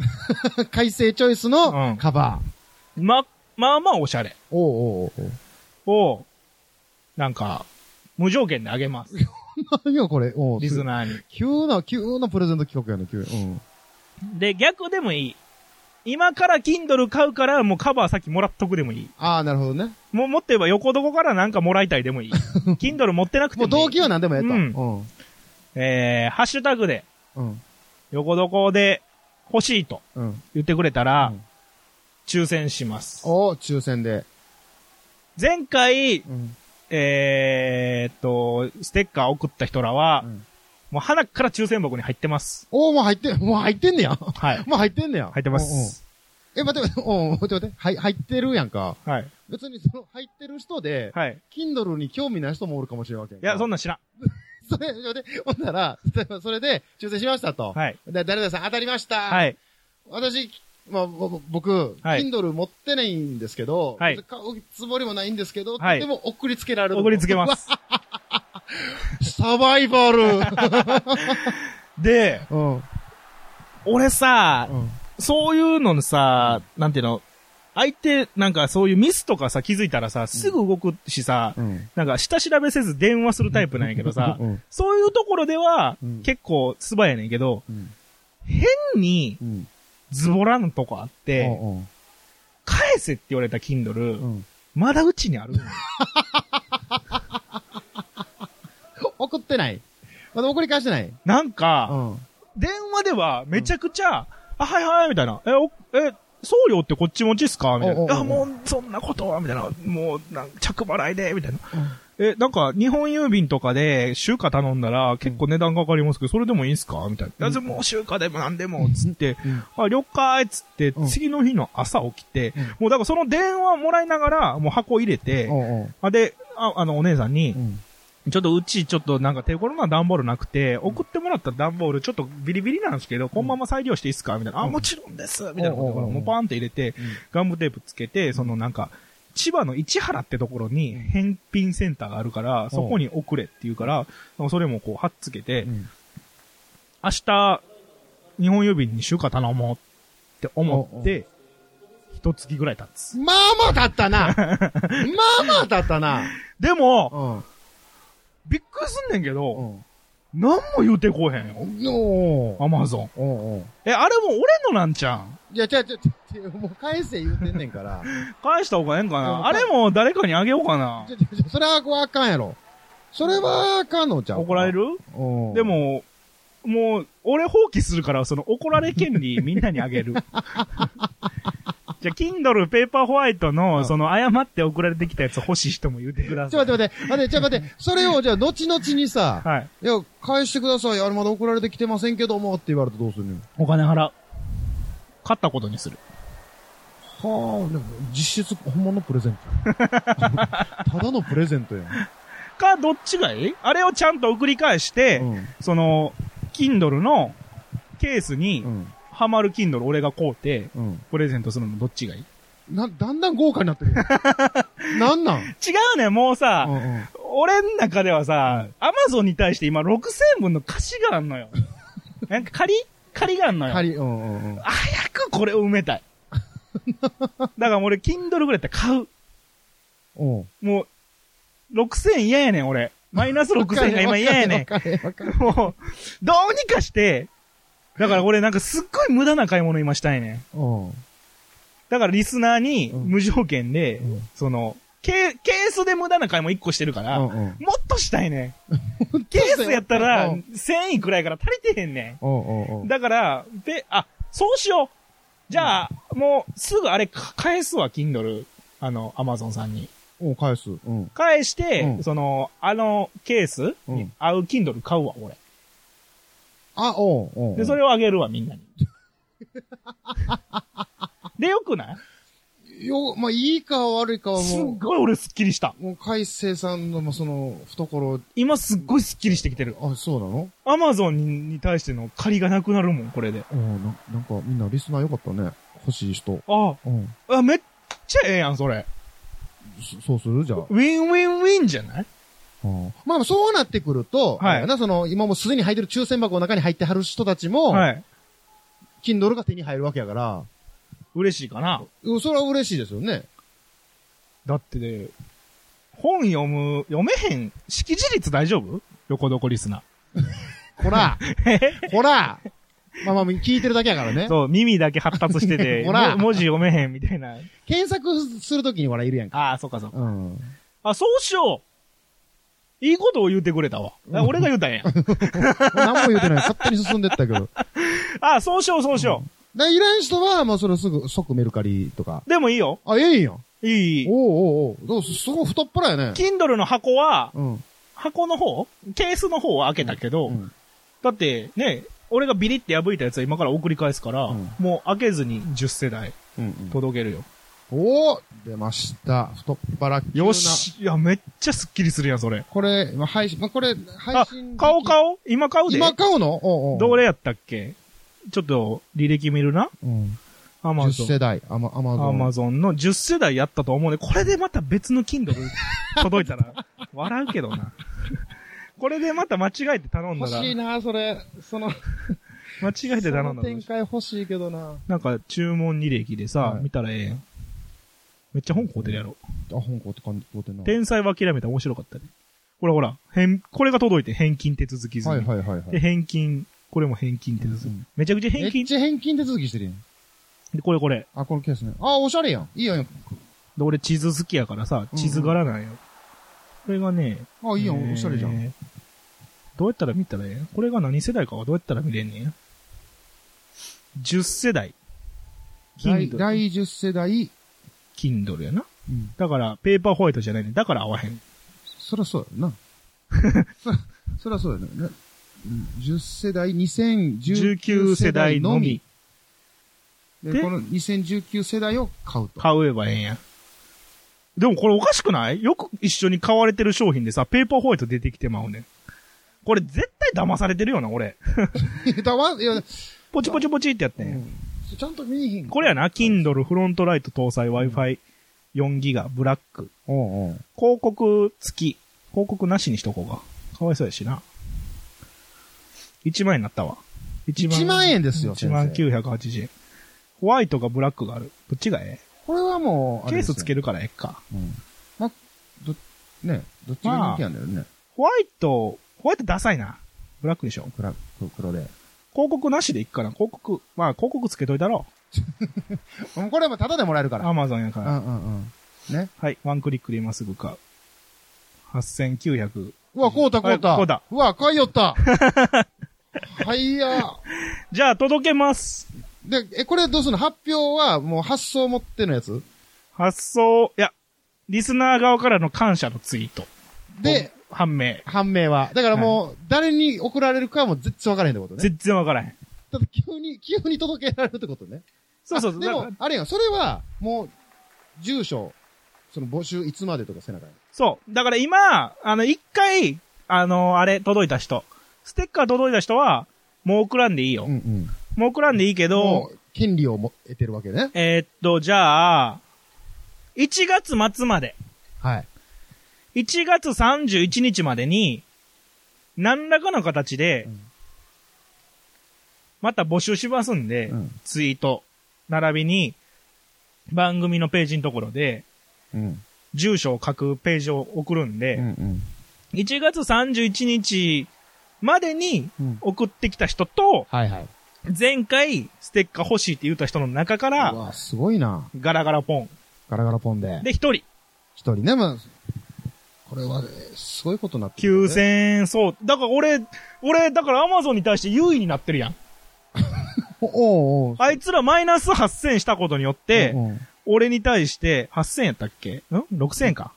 Speaker 2: 改正チョイス
Speaker 3: うん
Speaker 2: のカバー。
Speaker 3: ま、まあまあおしゃれ。
Speaker 2: おうおうおう
Speaker 3: を、なんか、無条件であげます。
Speaker 2: おう。何よこれ。おう
Speaker 3: リスナーに。
Speaker 2: 急な、急なプレゼント企画やね、急に。うん。
Speaker 3: で、逆でもいい。今から Kindle 買うから、もうカバーさっきもらっとくでもいい。
Speaker 2: ああ、なるほどね。
Speaker 3: もう持ってれば横どこからなんかもらいたいでもいい。Kindle 持ってなくても
Speaker 2: も
Speaker 3: いうい。
Speaker 2: 動機は何でもええと。
Speaker 3: う
Speaker 2: うんん。
Speaker 3: えー、ハッシュタグで、
Speaker 2: うん。
Speaker 3: 横どこで欲しいと
Speaker 2: うん。
Speaker 3: 言ってくれたら、
Speaker 2: うん
Speaker 3: 抽選します。
Speaker 2: お抽選で。
Speaker 3: 前回、
Speaker 2: うん。
Speaker 3: えー、っと、ステッカー送った人らは、もう花から抽選箱に入ってます。
Speaker 2: おもう入って、 もう入ってんねや。も
Speaker 3: はい。
Speaker 2: う入ってんねや。
Speaker 3: 入ってます。
Speaker 2: うん。え、待って待って、おうん、待って待って。はい、入ってるやんか。
Speaker 3: はい。
Speaker 2: 別にその、入ってる人で、
Speaker 3: はい。
Speaker 2: Kindle に興味ない人もおるかもしれんわけん
Speaker 3: い
Speaker 2: か。
Speaker 3: や、そ
Speaker 2: ん
Speaker 3: んなん知らん。
Speaker 2: それ、それで、ほんなら、例えばそれで、抽選しましたと。
Speaker 3: はい。
Speaker 2: で、誰々さん当たりました。。
Speaker 3: はいい。
Speaker 2: 私、まあ、ぼ僕、
Speaker 3: はい
Speaker 2: Kindle 持ってないんですけど、
Speaker 3: はい
Speaker 2: 別に買うつもりもないんですけど、
Speaker 3: はい
Speaker 2: でも送りつけられる。
Speaker 3: 送りつけます。
Speaker 2: す。サバイバル。
Speaker 3: で、
Speaker 2: うん。うん。
Speaker 3: 俺さ、そういうのさ、なんていうの、相手、なんかそういうミスとかさ、気づいたらさ、すぐ動くしさ、
Speaker 2: うん。
Speaker 3: なんか下調べせず電話するタイプなんやけどさ
Speaker 2: う、ん。
Speaker 3: そういうところでは
Speaker 2: うん、
Speaker 3: 結構素早いねんけど、
Speaker 2: うん。
Speaker 3: 変に
Speaker 2: うん。
Speaker 3: ズボラのとこあって、
Speaker 2: うん
Speaker 3: 返せって言われた Kindle、
Speaker 2: うん。
Speaker 3: まだうちにある。
Speaker 2: 送ってない。まだ送り返してない。
Speaker 3: なん
Speaker 2: う
Speaker 3: か、
Speaker 2: ん。
Speaker 3: 電話ではめちゃくちゃ、あ、はいはい、みたいな。え、おえ、送料ってこっち持ちっすかみたい
Speaker 2: おうおう
Speaker 3: な。
Speaker 2: おう
Speaker 3: あ、もう、そんなことは、みたいな。もう、なん着払いで、みたいな。え、なんか、日本郵便とかで、集荷頼んだら、結構値段かかりますけど、それでもいいんすかみたいな。
Speaker 2: うん
Speaker 3: でもう集荷でも何でも、つって、
Speaker 2: うん
Speaker 3: あ、了解っつって
Speaker 2: う、ん
Speaker 3: 次の日の朝起きて
Speaker 2: うん、
Speaker 3: もうだからその電話もらいながら、もう箱入れて、
Speaker 2: おう
Speaker 3: あで、ああの、お姉さんに
Speaker 2: おう。う、ん。
Speaker 3: ちょっとうち、ちょっとなんか手頃な段ボールなくて、送ってもらった段ボール、ちょっとビリビリなんですけど、このまま再利用していいですかみたいな。あ、
Speaker 2: うん
Speaker 3: もちろんですみたいなことから、
Speaker 2: うん
Speaker 3: もうパーンって入れて、ガムテープつけて、そのなんか、千葉の市原ってところに返品センターがあるから、そこに送れって言うから、それもこう、貼っつけて、
Speaker 2: うん。
Speaker 3: 明日、日本郵便に集荷頼もうって思って、一月ぐらい経つ。
Speaker 2: まあまあだった な。まあまあだったな。
Speaker 3: で
Speaker 2: う
Speaker 3: も、
Speaker 2: ん。
Speaker 3: びっくりすんねんけど、
Speaker 2: うん。
Speaker 3: 何も言うてこうへんよ。
Speaker 2: おー
Speaker 3: アマゾン。
Speaker 2: おうおう
Speaker 3: え、あれも俺のなんちゃん。
Speaker 2: いや、ちゃうちゃうちゃう、もう返せ言うてんねんから。
Speaker 3: 返した方がええんか
Speaker 2: う
Speaker 3: なんあれも誰かにあげようかな
Speaker 2: ち。ょちょちょそれはこうあかんやろ。それはあかんのちゃう
Speaker 3: 怒られる
Speaker 2: うん
Speaker 3: で、も、もう、俺放棄するから、その怒られ権 利みんなにあげる。じゃあ、Kindle ペーパーホワイト
Speaker 2: う
Speaker 3: の、
Speaker 2: ん
Speaker 3: その、誤って送られてきたやつ欲しい人も言ってくだ
Speaker 2: ち
Speaker 3: さ
Speaker 2: ょ
Speaker 3: い。
Speaker 2: 待って待って、待って、ちょ待って、それをじゃあ後々にさ、
Speaker 3: はい。
Speaker 2: いや、返してください。あれまだ送られてきてませんけども、って言われたらどうするの
Speaker 3: お金払う。勝ったことにする。
Speaker 2: はあ、でも実質、本物のプレゼン ト。ただのプレゼントやん。
Speaker 3: か、どっちがいいあれをちゃんと送り返して、
Speaker 2: うん。
Speaker 3: その、Kindle のケースに
Speaker 2: う、ん。
Speaker 3: ハマる Kindle 俺が買うて、
Speaker 2: うん。
Speaker 3: プレゼントするのどっちがいい違
Speaker 2: な、だんだん豪華になってるや ん。なんなん
Speaker 3: うね、もうさ、
Speaker 2: うんうん
Speaker 3: 俺ん中ではさ、アマゾンに対して今6000分の貸しがあんの よ。なんか借り借りがあんのよ。
Speaker 2: 借り、うんうんうん。
Speaker 3: 早くこれを埋めた い。だから俺、Kindle ぐらいやったら買う。
Speaker 2: おう
Speaker 3: もう、6000嫌やねん、俺。マイナス6000が今嫌やねん
Speaker 2: わ。かるわかるわかる
Speaker 3: もう、どうにかして、だから俺なんかすっごい無駄な買い物今したいねん。
Speaker 2: うん。
Speaker 3: だからリスナーに
Speaker 2: うん
Speaker 3: 無条件で、
Speaker 2: うん
Speaker 3: その、ケケースで無駄な買い物1個してるから、
Speaker 2: うんうん
Speaker 3: もっとしたいね ん。ケースやったら、
Speaker 2: うん
Speaker 3: 1000位くらいから足りてへんね。。
Speaker 2: おうおうおうん
Speaker 3: だから、で、あ、そうしよう。じゃあ、もう、すぐあれか、返すわ、Kindle。あの、アマゾンさんに。
Speaker 2: おう返す。うん。
Speaker 3: 返して、
Speaker 2: うん
Speaker 3: その、あの、ケースに合う Kindle 買うわ、俺。
Speaker 2: あ、おうおう。
Speaker 3: で、それをあげるわ、みん なに。で、よくない
Speaker 2: よ、まあ、いいか悪いかは
Speaker 3: すっ
Speaker 2: も
Speaker 3: ごい俺スッキリした。
Speaker 2: う、もう、海星さんの、まあ、その、懐、
Speaker 3: 今すっごいスッキリしてきてる。
Speaker 2: あ、そうなの
Speaker 3: アマゾンにに対しての借りがなくなるもん、これで。
Speaker 2: うん、ななんか、みんなリスナーよかったね。欲しい人。
Speaker 3: あ
Speaker 2: うん。
Speaker 3: あ、あめっちゃええやん、それ。
Speaker 2: そそうするじゃあ。
Speaker 3: ウィンウィンウィンじゃない
Speaker 2: うんまあ、そうなってくると、
Speaker 3: は
Speaker 2: あ
Speaker 3: い
Speaker 2: れやな、その、今もうすでに入ってる抽選箱の中に入ってはる人たちも、
Speaker 3: はい。
Speaker 2: Kindle が手に入るわけやから、
Speaker 3: 嬉しいかな。
Speaker 2: うんそれは嬉しいですよね。
Speaker 3: だってね、本読む、読めへん、識字率大丈夫横どこリスナ
Speaker 2: こ らこらまあまあ、聞いてるだけやからね
Speaker 3: ー。。そう、耳だけ発達して て、
Speaker 2: ほら
Speaker 3: も文字読めへんみたいな。
Speaker 2: 検索するときにほら、いるやんか。
Speaker 3: ああ、そうかそうか。
Speaker 2: うん。
Speaker 3: あ、そうしよう。いいことを言うてくれたわ。あ俺が言うたんや。
Speaker 2: 何も言うてない。勝手に進んでったけど。
Speaker 3: あ、そうしよう、そうしよ
Speaker 2: で、いらん人は、もうそれすぐ、即メルカリとか。
Speaker 3: う。でもいいよ。
Speaker 2: あ、ええんや。
Speaker 3: いいいい。
Speaker 2: おうおうおう。どうす、すごい太っ腹やね。
Speaker 3: Kindle の箱は、
Speaker 2: うん。
Speaker 3: 箱の方ケースの方は開けたけど、
Speaker 2: うん
Speaker 3: だってね、俺がビリって破いたやつは今から送り返すから、
Speaker 2: うん
Speaker 3: もう開けずに10世代
Speaker 2: うん。
Speaker 3: 届けるよ。
Speaker 2: おお出ました。太っ腹。急な
Speaker 3: よ。し。いや、めっちゃスッキリするやん、それ。
Speaker 2: これ、まあ配信、まあ、これ、配
Speaker 3: あ
Speaker 2: 信、。
Speaker 3: 買おう買おう今買うで。
Speaker 2: 今買うのおうおう。
Speaker 3: どれやったっけちょっと、履歴見るな
Speaker 2: うん。
Speaker 3: アマゾ
Speaker 2: 10
Speaker 3: ン。
Speaker 2: 世代、アマアマゾン。
Speaker 3: アマゾンの10世代やったと思うね。これでまた別の Kindle 届いたら、笑うけどな。これでまた間違えて頼んだ
Speaker 2: 欲
Speaker 3: ら、
Speaker 2: しい
Speaker 3: 間
Speaker 2: な、それ。その、
Speaker 3: 違えて頼んだ
Speaker 2: その展
Speaker 3: ら、
Speaker 2: 開欲しいけどな。あ、
Speaker 3: なんか注文履歴でさ、
Speaker 2: はい
Speaker 3: 見たらええやん。めっちゃ本買うてるやろ。
Speaker 2: 本校って感じ、こうてんな。
Speaker 3: 天才は諦めたら面白かったね。ほらほら、返、これが届いて返金手続き済み。
Speaker 2: はいはいはいは
Speaker 3: で、
Speaker 2: い。
Speaker 3: 返金、これも返金手続き。
Speaker 2: うん
Speaker 3: めちゃくちゃ
Speaker 2: め
Speaker 3: 返
Speaker 2: っ
Speaker 3: 金、
Speaker 2: ちゃ返金手続きしてるやん。
Speaker 3: でこれこれ。
Speaker 2: あ、このケースね。あ、おしゃれやん。いいやん。
Speaker 3: で、俺地図好きやからさ、地図柄なんよ。これがね、
Speaker 2: あ、いいや
Speaker 3: え
Speaker 2: ん。
Speaker 3: ー
Speaker 2: おしゃれじゃん。。
Speaker 3: どうやったら見たらええんこれが何世代かはどうやったら見れんねん ?10 世代。
Speaker 2: 第
Speaker 3: Kindle。
Speaker 2: 第10世代。
Speaker 3: Kindle やな。
Speaker 2: うん。
Speaker 3: だから、ペーパーホワイトじゃないねんだから合わへん。
Speaker 2: そらそうやな。 そら、そらそうやな。なうん10世代、2019
Speaker 3: 19世
Speaker 2: 世代
Speaker 3: 代の
Speaker 2: のみ
Speaker 3: み。。
Speaker 2: で、
Speaker 3: で
Speaker 2: この2019世代を買 うと。
Speaker 3: 買えばええんや。でもこれおかしくないよく一緒に買われてる商品でさ、ペーパーホワイト出てきてまうねん。これ絶対騙されてるよな、俺。
Speaker 2: だわ、いや、
Speaker 3: ポチポチポチってやってんや。
Speaker 2: うんちゃんと見えへん。
Speaker 3: これやな、Kindle フロントライト搭載 Wi-Fi4 ギガブラック。
Speaker 2: おうおう
Speaker 3: 広告付き。広告なしにしとこうか。かわいそうやしな。1万円になったわ。1
Speaker 2: 1万円ですよ、
Speaker 3: 1万
Speaker 2: 先生
Speaker 3: 980円。ホワイトかブラックがある。どっちがえ
Speaker 2: これはもう、
Speaker 3: えケースつけ
Speaker 2: る。
Speaker 3: るからええか。
Speaker 2: うん。ま、ど、ね、どっちが人気なんだよね。
Speaker 3: ホワイト、ホワイトダサいな。ブラックでしょ
Speaker 2: ブラック、黒で。
Speaker 3: 広告なしでいくから、広告、まあ広告つけといたろ。
Speaker 2: もうこれもタダでもらえるから。
Speaker 3: アマゾンやか
Speaker 2: うん
Speaker 3: ら。
Speaker 2: うんうん。ね。
Speaker 3: はい、ワンクリックで今すぐ買う。8900。
Speaker 2: うわ、こうたこうた。
Speaker 3: あこうた
Speaker 2: うわ、買いよ った。はいや。
Speaker 3: じゃあ届けます。
Speaker 2: で、え、これどうするの発表はもう発送持ってのやつ
Speaker 3: 発送、いや、リスナー側からの感謝のツイート。
Speaker 2: で、、
Speaker 3: 判明。
Speaker 2: 判明は。だからもう、誰に送られるかも絶対分からへんってことね。
Speaker 3: 全然わからへん。
Speaker 2: ただ急に、急に届けられるってことね。
Speaker 3: そうそう、
Speaker 2: あで
Speaker 3: だか
Speaker 2: も
Speaker 3: ら、
Speaker 2: あれやん、それは、もう、住所、その募集いつまでとかせなあかん。
Speaker 3: そう。だから今、あの、一回、あの、あれ、届いた人。ステッカー届いた人は、もう送らんでいいよ。
Speaker 2: んうん。
Speaker 3: もう送らんでいいけど
Speaker 2: も、う、権利をも得てるわけね。
Speaker 3: えーっと、じゃあ、1月末まで、
Speaker 2: はい。
Speaker 3: 1月31日までに、何らかの形で
Speaker 2: うん、
Speaker 3: また募集しますんで、
Speaker 2: ん。
Speaker 3: ツイート、並びに、番組のページのところで、
Speaker 2: うん。
Speaker 3: 住所を書くページを送るんで、
Speaker 2: ん。
Speaker 3: 1月31日までに
Speaker 2: うん。
Speaker 3: 送ってきた人と、
Speaker 2: はいはい。
Speaker 3: 前回ステッカー欲しいって言った人の中か
Speaker 2: う
Speaker 3: ら、
Speaker 2: わ、すごいな。
Speaker 3: ガラガラポン。
Speaker 2: ガラガラポンで。
Speaker 3: で、1人。
Speaker 2: 一人ね、まあ、これは、えーすごいことになってる、
Speaker 3: 9000円、そう。だから俺、俺、だからアマゾンに対して優位になってるやん。
Speaker 2: おおうおう
Speaker 3: あいつらマイナス8000したことによって、
Speaker 2: うんうん
Speaker 3: 俺に対して8000やったっけん ?6000 円か。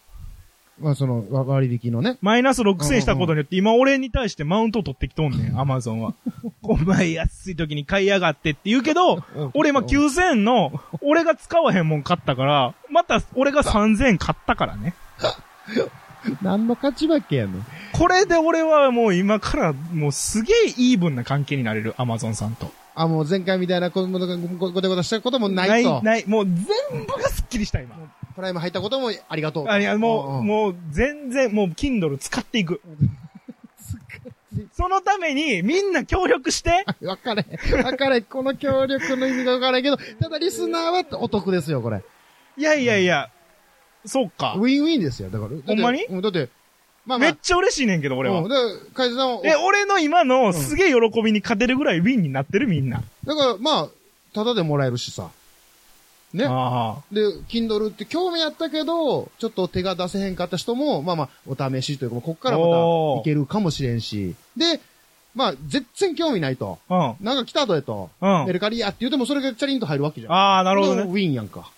Speaker 2: まあ、その、わ割引のね。
Speaker 3: マイナス6000したことによって、今俺に対してマウントを取ってきとんねん、アマゾ ンは。お前安い時に買いやがってって言うけど、俺今9000円の、俺が使わへんもん買ったから、また俺が3000円買ったからね。
Speaker 2: 何の勝ち負けやねん。
Speaker 3: これで俺はもう今からもうすげえイーブンな関係になれる、アマゾンさんと。
Speaker 2: あ、もう前回みたいなこごごごごてごてしたこともない
Speaker 3: な
Speaker 2: と
Speaker 3: い、。ないもう全部がスッキリした今。
Speaker 2: プライム入ったこともありがとう。
Speaker 3: あいや、もう、
Speaker 2: う
Speaker 3: もう全然、もう Kindle 使っていく。そのためにみんな協力して、
Speaker 2: ん。わかれへん。わかれへん。この協力の意味がわからへんけど、ただリスナーはお得ですよ、これ。
Speaker 3: いやいやいや、そうか
Speaker 2: ウ。ィンウィンですよ、だから。だって
Speaker 3: ほんまに
Speaker 2: うだって、まあま
Speaker 3: めっ
Speaker 2: あ、
Speaker 3: ちゃ嬉しいねんけど、俺
Speaker 2: う
Speaker 3: は
Speaker 2: ん。だから、カイさんは、
Speaker 3: え、俺の今のすげえ喜びに勝てるぐらいウィンになってるみんな。
Speaker 2: だから、まあ、ただでもらえるしさ。ね。
Speaker 3: あ
Speaker 2: で、Kindle って興味あったけど、ちょっと手が出せへんかった人も、まあまあ、お試しというか、こっからまた
Speaker 3: おー
Speaker 2: いけるかもしれんし。で、まあ、全然興味ないと。
Speaker 3: あ。
Speaker 2: なんか来たとえと、
Speaker 3: うん。うん
Speaker 2: メ。ルカリやって言うてもそれがチャリンと入るわけじゃん。
Speaker 3: ああ、な
Speaker 2: な
Speaker 3: るほどね。
Speaker 2: ウィンやんか。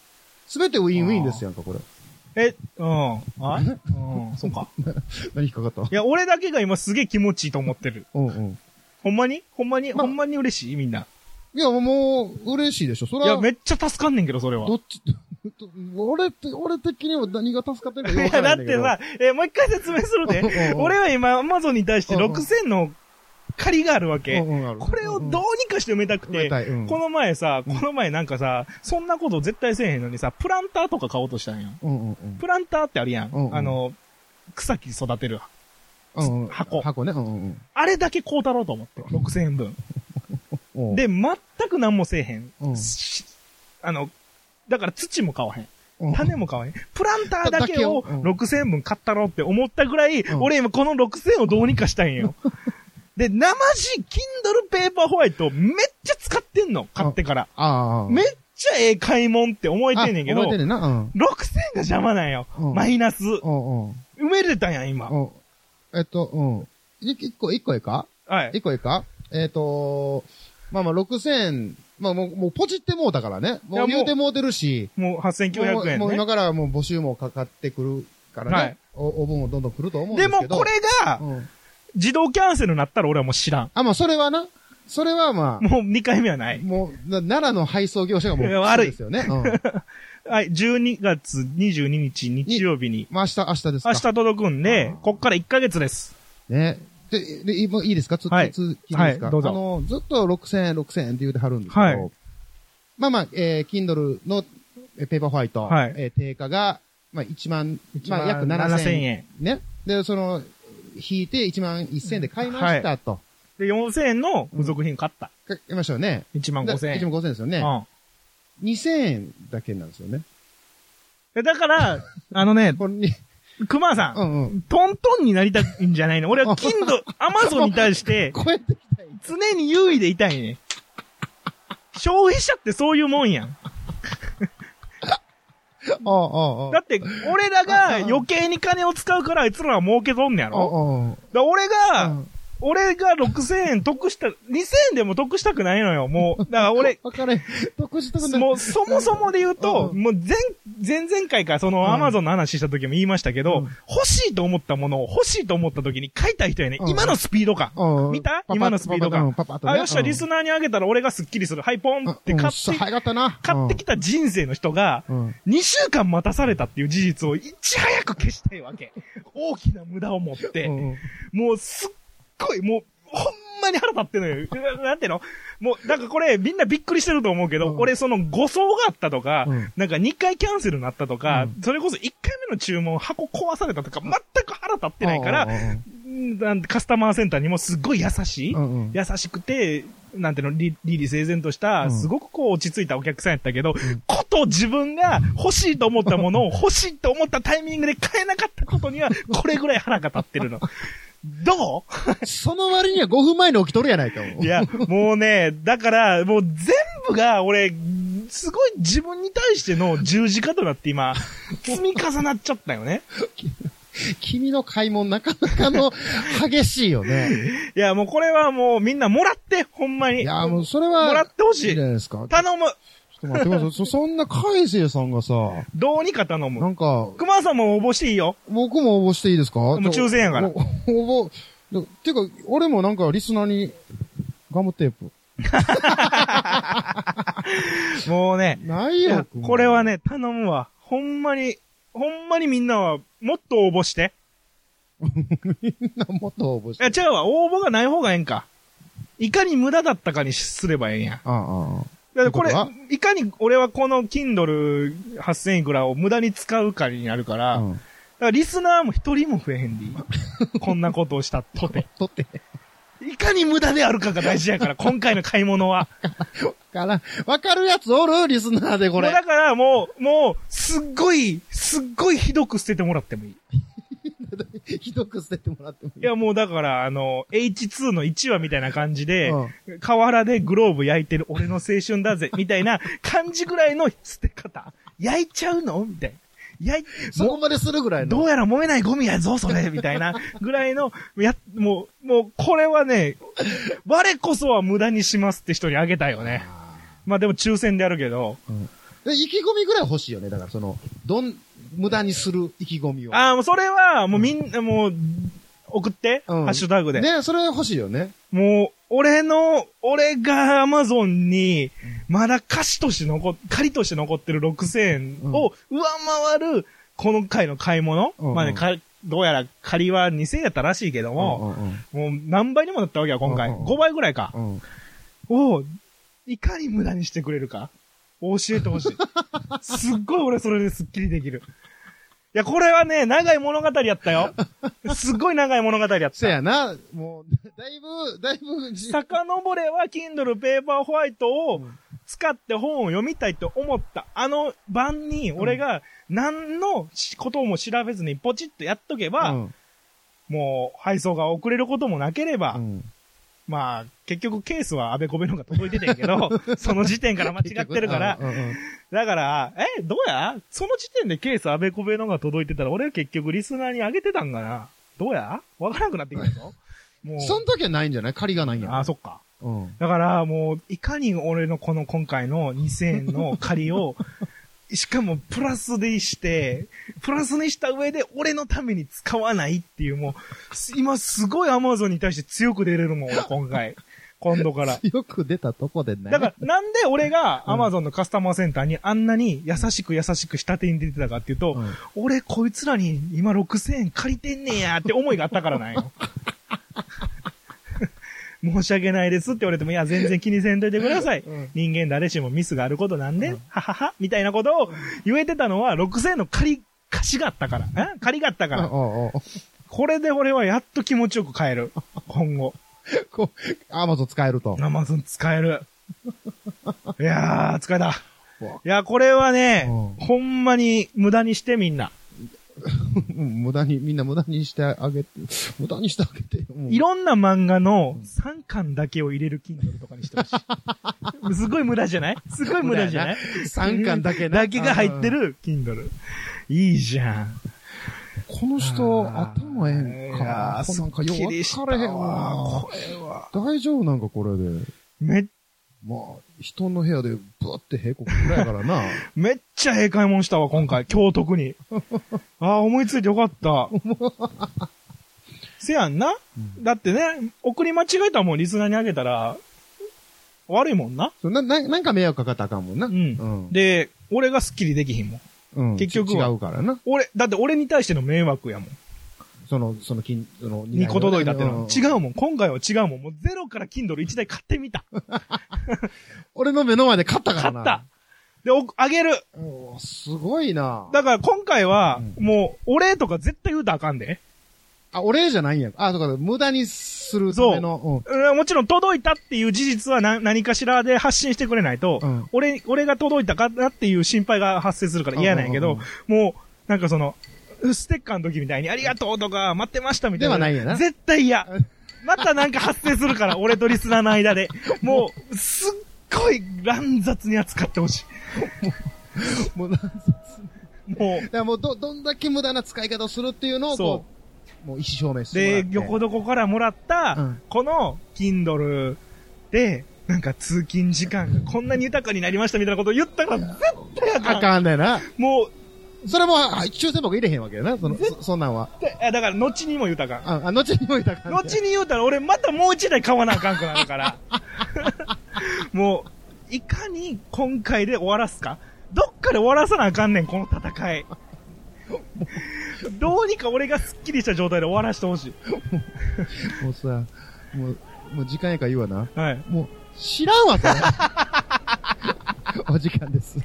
Speaker 2: すべてウィンウィンですやんか、これ。
Speaker 3: え、うん。 あうん。そうか。
Speaker 2: 何引っかかった
Speaker 3: いや、俺だけが今すげえ気持ちいいと思ってる。
Speaker 2: うんうん。
Speaker 3: ほんまにほんまに、
Speaker 2: まあ
Speaker 3: ほんまに嬉しいみんな。
Speaker 2: いや、もう、嬉しいでしょ。それ
Speaker 3: いや、
Speaker 2: は
Speaker 3: め、っちゃ助かんねんけど、それは。
Speaker 2: どっち、 俺って、俺的には何が助かってる
Speaker 3: い
Speaker 2: かよく
Speaker 3: や、
Speaker 2: わか
Speaker 3: だ
Speaker 2: ら
Speaker 3: っ
Speaker 2: ないん
Speaker 3: てさ、え、もう一回説明する
Speaker 2: うんうん
Speaker 3: で。
Speaker 2: うん
Speaker 3: 俺は今、アマゾンに対して
Speaker 2: うんうん
Speaker 3: 6000の借りがあるわ
Speaker 2: けど
Speaker 3: け。
Speaker 2: うんうんある
Speaker 3: これをどうにかして埋めたく
Speaker 2: 埋め
Speaker 3: て
Speaker 2: たいうん、
Speaker 3: この前さ、この前なんかさ、そんなこと絶対せえへんのにさ、プランターとか買おうとしたんや。
Speaker 2: うんうんうん
Speaker 3: プランターってあるやん。
Speaker 2: うんうん
Speaker 3: あの、草木育てる。
Speaker 2: うんうん。
Speaker 3: 箱
Speaker 2: 箱ね。うんうん
Speaker 3: あれだけ買うたろうと思って。6000円分。
Speaker 2: うん。
Speaker 3: で、全く何もせえへん。
Speaker 2: うん
Speaker 3: しあの、だから土も買わへん。
Speaker 2: うん、
Speaker 3: 種も買わへん。プランターだけを
Speaker 2: だけをうん
Speaker 3: 6000円分買ったろうって思ったぐらい、
Speaker 2: うん
Speaker 3: 俺今この6000円をどうにかしたいんよ。で、生地、Kindle ペーパーホワイトめっちゃ使ってんの。買ってから。
Speaker 2: ああ。
Speaker 3: めっちゃええ買い物って思えてんねんけど、
Speaker 2: 覚えてんね
Speaker 3: 6000
Speaker 2: んな。うん。
Speaker 3: 円が邪魔なんよ。
Speaker 2: うん
Speaker 3: マイナス。
Speaker 2: うんうん。
Speaker 3: 埋めれたんや、今。
Speaker 2: うんえっと、うん。い一個、一個いいか
Speaker 3: はい。
Speaker 2: 一個いいかえっ、と、まあまあ6000、まあもう、もうポチってもうだからね。
Speaker 3: いや
Speaker 2: もう
Speaker 3: もう
Speaker 2: 言うてもうてるし、
Speaker 3: もう
Speaker 2: も
Speaker 3: 8900
Speaker 2: う
Speaker 3: 円
Speaker 2: もう今
Speaker 3: ね。
Speaker 2: からもう募集もかかってくるからね。
Speaker 3: はい
Speaker 2: お、お盆もどんどん来ると思うんで
Speaker 3: ですも
Speaker 2: けど。
Speaker 3: これが
Speaker 2: うん。
Speaker 3: 自動キャンセルになったら俺はもう知らん。
Speaker 2: あ、まあそれはな、それはまあ、
Speaker 3: もう2回目はない。
Speaker 2: もう、な奈良の配送業者がもう、
Speaker 3: いや悪い
Speaker 2: ですよね。うん。
Speaker 3: はい、12月22日日曜日に、
Speaker 2: まあ明日、明日ですか。
Speaker 3: 明日届くん
Speaker 2: あ
Speaker 3: で
Speaker 2: ー、
Speaker 3: こっから1ヶ月です。
Speaker 2: ね。で、で、いもういいですかつ、
Speaker 3: はい
Speaker 2: 続きますか、
Speaker 3: はいどうぞ
Speaker 2: あの、ずっと6000円、6000円って言うてはるんですけど、
Speaker 3: はい
Speaker 2: まあまあ、えー、Kindle のえペーパーホワイト、
Speaker 3: はい
Speaker 2: えー定価が、まあ1万、
Speaker 3: 1
Speaker 2: ま
Speaker 3: 万
Speaker 2: あ約7000
Speaker 3: 7000
Speaker 2: 円。
Speaker 3: 円。
Speaker 2: ね。で、その、引いて1万1000円で買いました、と。
Speaker 3: で、4000円の付属品買った。
Speaker 2: 買いましたよね。
Speaker 3: 1万5000円。
Speaker 2: 1万5000円ですよね。2000円だけなんですよね。
Speaker 3: うんで。だから、あのね、
Speaker 2: これに、
Speaker 3: 熊さん、
Speaker 2: うんうん。
Speaker 3: トントンになりたいんじゃないの。俺は、キンド、アマゾンに対して、
Speaker 2: こうやってきたい。
Speaker 3: 常に優位でいたいね。消費者ってそういうもんやん。
Speaker 2: おうおうおう。
Speaker 3: だって、俺らが余計に金を使うから、あいつらは儲けとんねや
Speaker 2: お
Speaker 3: ろ。
Speaker 2: うおう
Speaker 3: だから俺が、
Speaker 2: うん、
Speaker 3: 俺が6000円得した、2000円でも得したくないのよ、もう。だから俺
Speaker 2: わかれん。得したくない。
Speaker 3: もうそもそもで言うと、
Speaker 2: うん
Speaker 3: もう前、前々回からそのアマゾンの話した時も言いましたけど、
Speaker 2: うん
Speaker 3: 欲しいと思ったものを欲しいと思った時に買いたい人やね。
Speaker 2: うん
Speaker 3: 今のスピード感。
Speaker 2: うん、
Speaker 3: 見た
Speaker 2: パパ
Speaker 3: 今のスピード感
Speaker 2: パパパパとね
Speaker 3: あ、よっしゃ、リスナーにあげたら俺がスッキリする。はい、ポンって買って、
Speaker 2: 早かったな。
Speaker 3: 買ってきた人生の人が、
Speaker 2: うん。うん
Speaker 3: 2週間待たされたっていう事実をいち早く消したいわけ。大きな無駄を持って。
Speaker 2: うん
Speaker 3: もうすっごい、もう、ほんまに腹立ってんのよ。ななんていうのもう、なんかこれ、みんなびっくりしてると思うけど、
Speaker 2: うん
Speaker 3: 俺、その5層があったとか、
Speaker 2: うん
Speaker 3: なんか2回キャンセルになったとか、
Speaker 2: うん
Speaker 3: それこそ1回目の注文、箱壊されたとか、全く腹立ってないから、うんなんカスタマーセンターにもすっごい優しい、
Speaker 2: うんうん
Speaker 3: 優しくて、なんていうの、りりり整然とした、
Speaker 2: うん
Speaker 3: すごくこう落ち着いたお客さんやったけど、こと自分が欲しいと思ったものを欲しいと思ったタイミングで買えなかったこ とには、これぐらい腹が立ってるの。ど
Speaker 2: その割には5分前に起きとるやないか。
Speaker 3: ういや、もうね、だから、もう全部が俺、すごい自分に対しての十字架となって 今、積み重なっちゃったよね。
Speaker 2: 君の買い物なかなかの激しいよ ね。
Speaker 3: いや、もうこれはもうみんなもらって、ほんま
Speaker 2: い
Speaker 3: に。
Speaker 2: や、もうそれは。
Speaker 3: もらってほしい
Speaker 2: じゃないですか。ちょっ
Speaker 3: 頼む。
Speaker 2: と待ってください。そ、 そんな海星さんがさ、
Speaker 3: どうにか頼
Speaker 2: な
Speaker 3: む。
Speaker 2: んか、
Speaker 3: 熊さんも応募していいよ。
Speaker 2: 僕も応募していいですかも
Speaker 3: う抽選やから
Speaker 2: 応募、でてか、俺もなんかリスナーに、ガムテープ。
Speaker 3: もうね。
Speaker 2: ない
Speaker 3: い
Speaker 2: よ
Speaker 3: や。、これは
Speaker 2: ね。
Speaker 3: ね、頼むわ。ほんまに、ほんまにみんなは、もっと応募して。
Speaker 2: みんなもっと応募し
Speaker 3: いや、
Speaker 2: て。
Speaker 3: 違うわ。応募がない方がええんか。いかに無駄だったかにすればええんや。
Speaker 2: ああ、ああ。
Speaker 3: だってこれ
Speaker 2: というこ、
Speaker 3: いかに俺はこの Kindle 8000いくらを無駄に使うかになるから、
Speaker 2: う
Speaker 3: だ
Speaker 2: ん
Speaker 3: からリスナーも一人も増えへんでい い。こんなことをしたとて。
Speaker 2: 取って。
Speaker 3: いかに無駄であるかが大事やから、今回の買い物は。
Speaker 2: からん、わかるやつおるリスナーでこ
Speaker 3: もうだ
Speaker 2: れ。
Speaker 3: からもう、もう、すっごい、すっごいひどく捨ててもらってもいい。
Speaker 2: ひどく捨ててもらってもい
Speaker 3: いやもうだから、あの、H2 の1話みたいな感じで、
Speaker 2: う
Speaker 3: 河原でグローブ焼いてる俺の青春だぜ、みたいな感じぐらいの捨て方。焼いちゃうのみたいな。焼い、
Speaker 2: そ
Speaker 3: も、
Speaker 2: こまでするぐらいうの。
Speaker 3: どうやら燃えないゴミやぞ、それ、みたいな、ぐらいの、や、もう、もう、これはね、我こそは無駄にしますって人にあげたいよね。まあでも抽選でやるけど、
Speaker 2: で意気込みぐらい欲しいよね。だからその、どん、無駄にする意気込みを。
Speaker 3: ああ、もうそれは、もうみんな、もう、送って、
Speaker 2: うん
Speaker 3: ハッシュタグで。
Speaker 2: ね、それ欲しいよね。
Speaker 3: もう、俺の、俺がアマゾンに、まだ歌詞として残っ、借りとして残ってる6000円を上回る、この回の買い物、
Speaker 2: うんうん
Speaker 3: まあね、か、どうやら借りは2000円やったらしいけども、
Speaker 2: う
Speaker 3: もう何倍にもなったわけや、今回。
Speaker 2: うんうん
Speaker 3: 5倍ぐらいか。
Speaker 2: んうん。
Speaker 3: を、いかに無駄にしてくれるか、教えてほしい。 すっごい俺それですっきりできる。いや、これはね、長い物語やったよ。すっごい長い物語やった
Speaker 2: せ。やな、もう、だいぶ、だいぶ、じ
Speaker 3: 遡れは Kindle ペーパーホワイトを使って本を読みたいと思ったあの晩に俺が何のことも調べずにポチッとやっとけば、
Speaker 2: うん
Speaker 3: もう配送が遅れることもなければ、
Speaker 2: うん
Speaker 3: まあ結局ケースは安倍コベの方が届いてたんやけ ど、その時点から間違ってるから
Speaker 2: う、んうん
Speaker 3: だから、え、どうやその時点でケース安倍コベの方が届いてたら俺は結局リスナーにあげてたんかなどうやわからなくなってきたぞ。もう。
Speaker 2: その時はないんじゃない借りがないんや。
Speaker 3: あ、そっか。
Speaker 2: うん。
Speaker 3: だからもう、いかに俺のこの今回の2000円の借りを、しかもプラスでして、プラスにした上で俺のために使わないっていうもう、す今すごいアマゾンに対して強く出れるもん、俺今回。今 度から。
Speaker 2: よく出たとこでね。
Speaker 3: だから、なんで俺がアマゾンのカスタマーセンターにあんなに優しく優しく下手に出てたかっていうと、
Speaker 2: うん
Speaker 3: 俺こいつらに今6000円借りてんねやって思いがあったからな んよ。申し訳ないですって言われても、いや、全然気にせんといてください。
Speaker 2: うん
Speaker 3: 人間誰しもミスがあることなんで、ははは、みたいなことを言えてたのは、6000円の借り、貸しがあったから。ん借りがあったか
Speaker 2: うん、
Speaker 3: ら。
Speaker 2: おうおう
Speaker 3: これで俺はやっと気持ちよく買える。今後。
Speaker 2: こう、アマゾン使えると。
Speaker 3: アマゾン使える。いやー、使えた。
Speaker 2: うわ
Speaker 3: いや、これはね、
Speaker 2: う
Speaker 3: ほんまに無駄にしてみんな。
Speaker 2: うん無駄に、みんな無駄にしてあげて、無駄にしてあげてよ。もう
Speaker 3: いろんな漫画の3巻だけを入れる Kindle とかにしてほしい。 すごい無駄じゃないすごい無駄じゃない
Speaker 2: 三巻だけな
Speaker 3: だけが入ってる Kindle。いいじゃん。
Speaker 2: この人、頭ええん
Speaker 3: いや
Speaker 2: か。
Speaker 3: ー
Speaker 2: なんかよ
Speaker 3: すっきり
Speaker 2: う
Speaker 3: し
Speaker 2: 分
Speaker 3: た
Speaker 2: かれへん
Speaker 3: わ
Speaker 2: わ
Speaker 3: こ。れは。
Speaker 2: 大丈夫なんかこれで。
Speaker 3: め、
Speaker 2: まあ、人の部屋でブーってへこくぐらいやから な。
Speaker 3: めっちゃええ買い物したわ、今回。今日特に。ああ、思いついてよかった。せやんな、だってね、送り間違えたもんリスナーにあげたら、悪いもんな。
Speaker 2: そうな、な、なんか迷惑かかったらあかんもんな。
Speaker 3: うんで、俺がスッキリできひんもん。
Speaker 2: うん。うん。
Speaker 3: 結局
Speaker 2: ち
Speaker 3: は
Speaker 2: 違うからな。
Speaker 3: 俺、だって俺に対しての迷惑やもん。
Speaker 2: その、その、金、その、
Speaker 3: にこ届いたってのは。違
Speaker 2: う。
Speaker 3: うもん。今回は違うもん。もうゼロから Kindle 1台買ってみた。
Speaker 2: 俺の目の前で勝ったか
Speaker 3: 買
Speaker 2: らな。
Speaker 3: った。で、おあげる。
Speaker 2: おーすごいな。
Speaker 3: だから今回は
Speaker 2: う、
Speaker 3: もう、お礼とか絶対言うたらあかんで。
Speaker 2: あ、お礼じゃないんや。あ、そうか、無駄にするための。
Speaker 3: うんもちろん届いたっていう事実は何何かしらで発信してくれないと、
Speaker 2: うん
Speaker 3: 俺、俺が届いたかなっていう心配が発生するから嫌なんやけ
Speaker 2: うん
Speaker 3: ど
Speaker 2: うん、
Speaker 3: もう、なんかその、ステッカーの時みたいに、ありがとうとか、待ってましたみたいな。
Speaker 2: ではないんやな
Speaker 3: 絶対 嫌
Speaker 2: うん。
Speaker 3: またなんか発生するから、俺とリスナーの間で。もう、すっごい乱雑に扱ってほし
Speaker 2: もう、なんだ
Speaker 3: い。も
Speaker 2: か
Speaker 3: う、
Speaker 2: らもう、ど、どんだけ無駄な使い方をするっていうのを、こ、
Speaker 3: そう
Speaker 2: もう意思表明する。
Speaker 3: で、横どこからもらった、
Speaker 2: うん
Speaker 3: この、Kindle で、なんか通勤時間がこんなに豊かになりましたみたいなことを言ったから、絶対あか
Speaker 2: あ
Speaker 3: ん。
Speaker 2: かんねんな。
Speaker 3: もう、
Speaker 2: それも、あ抽選箱入れへんわけよな、その、そそんなんは。
Speaker 3: であだから、後にも言うたらあかん。
Speaker 2: あ、あ後にもいたから。
Speaker 3: 後に言うたら、俺またもう一台買わなあかんくなる から。もう、いかに今回で終わらすか。どっかで終わらさなあかんねん、この戦 い。どうにか俺がスッキリした状態で終わらしてほしい。
Speaker 2: もうさ、もう、もう時間やから言うわな。
Speaker 3: はい。
Speaker 2: もう、知らんわ、それ。お時間です。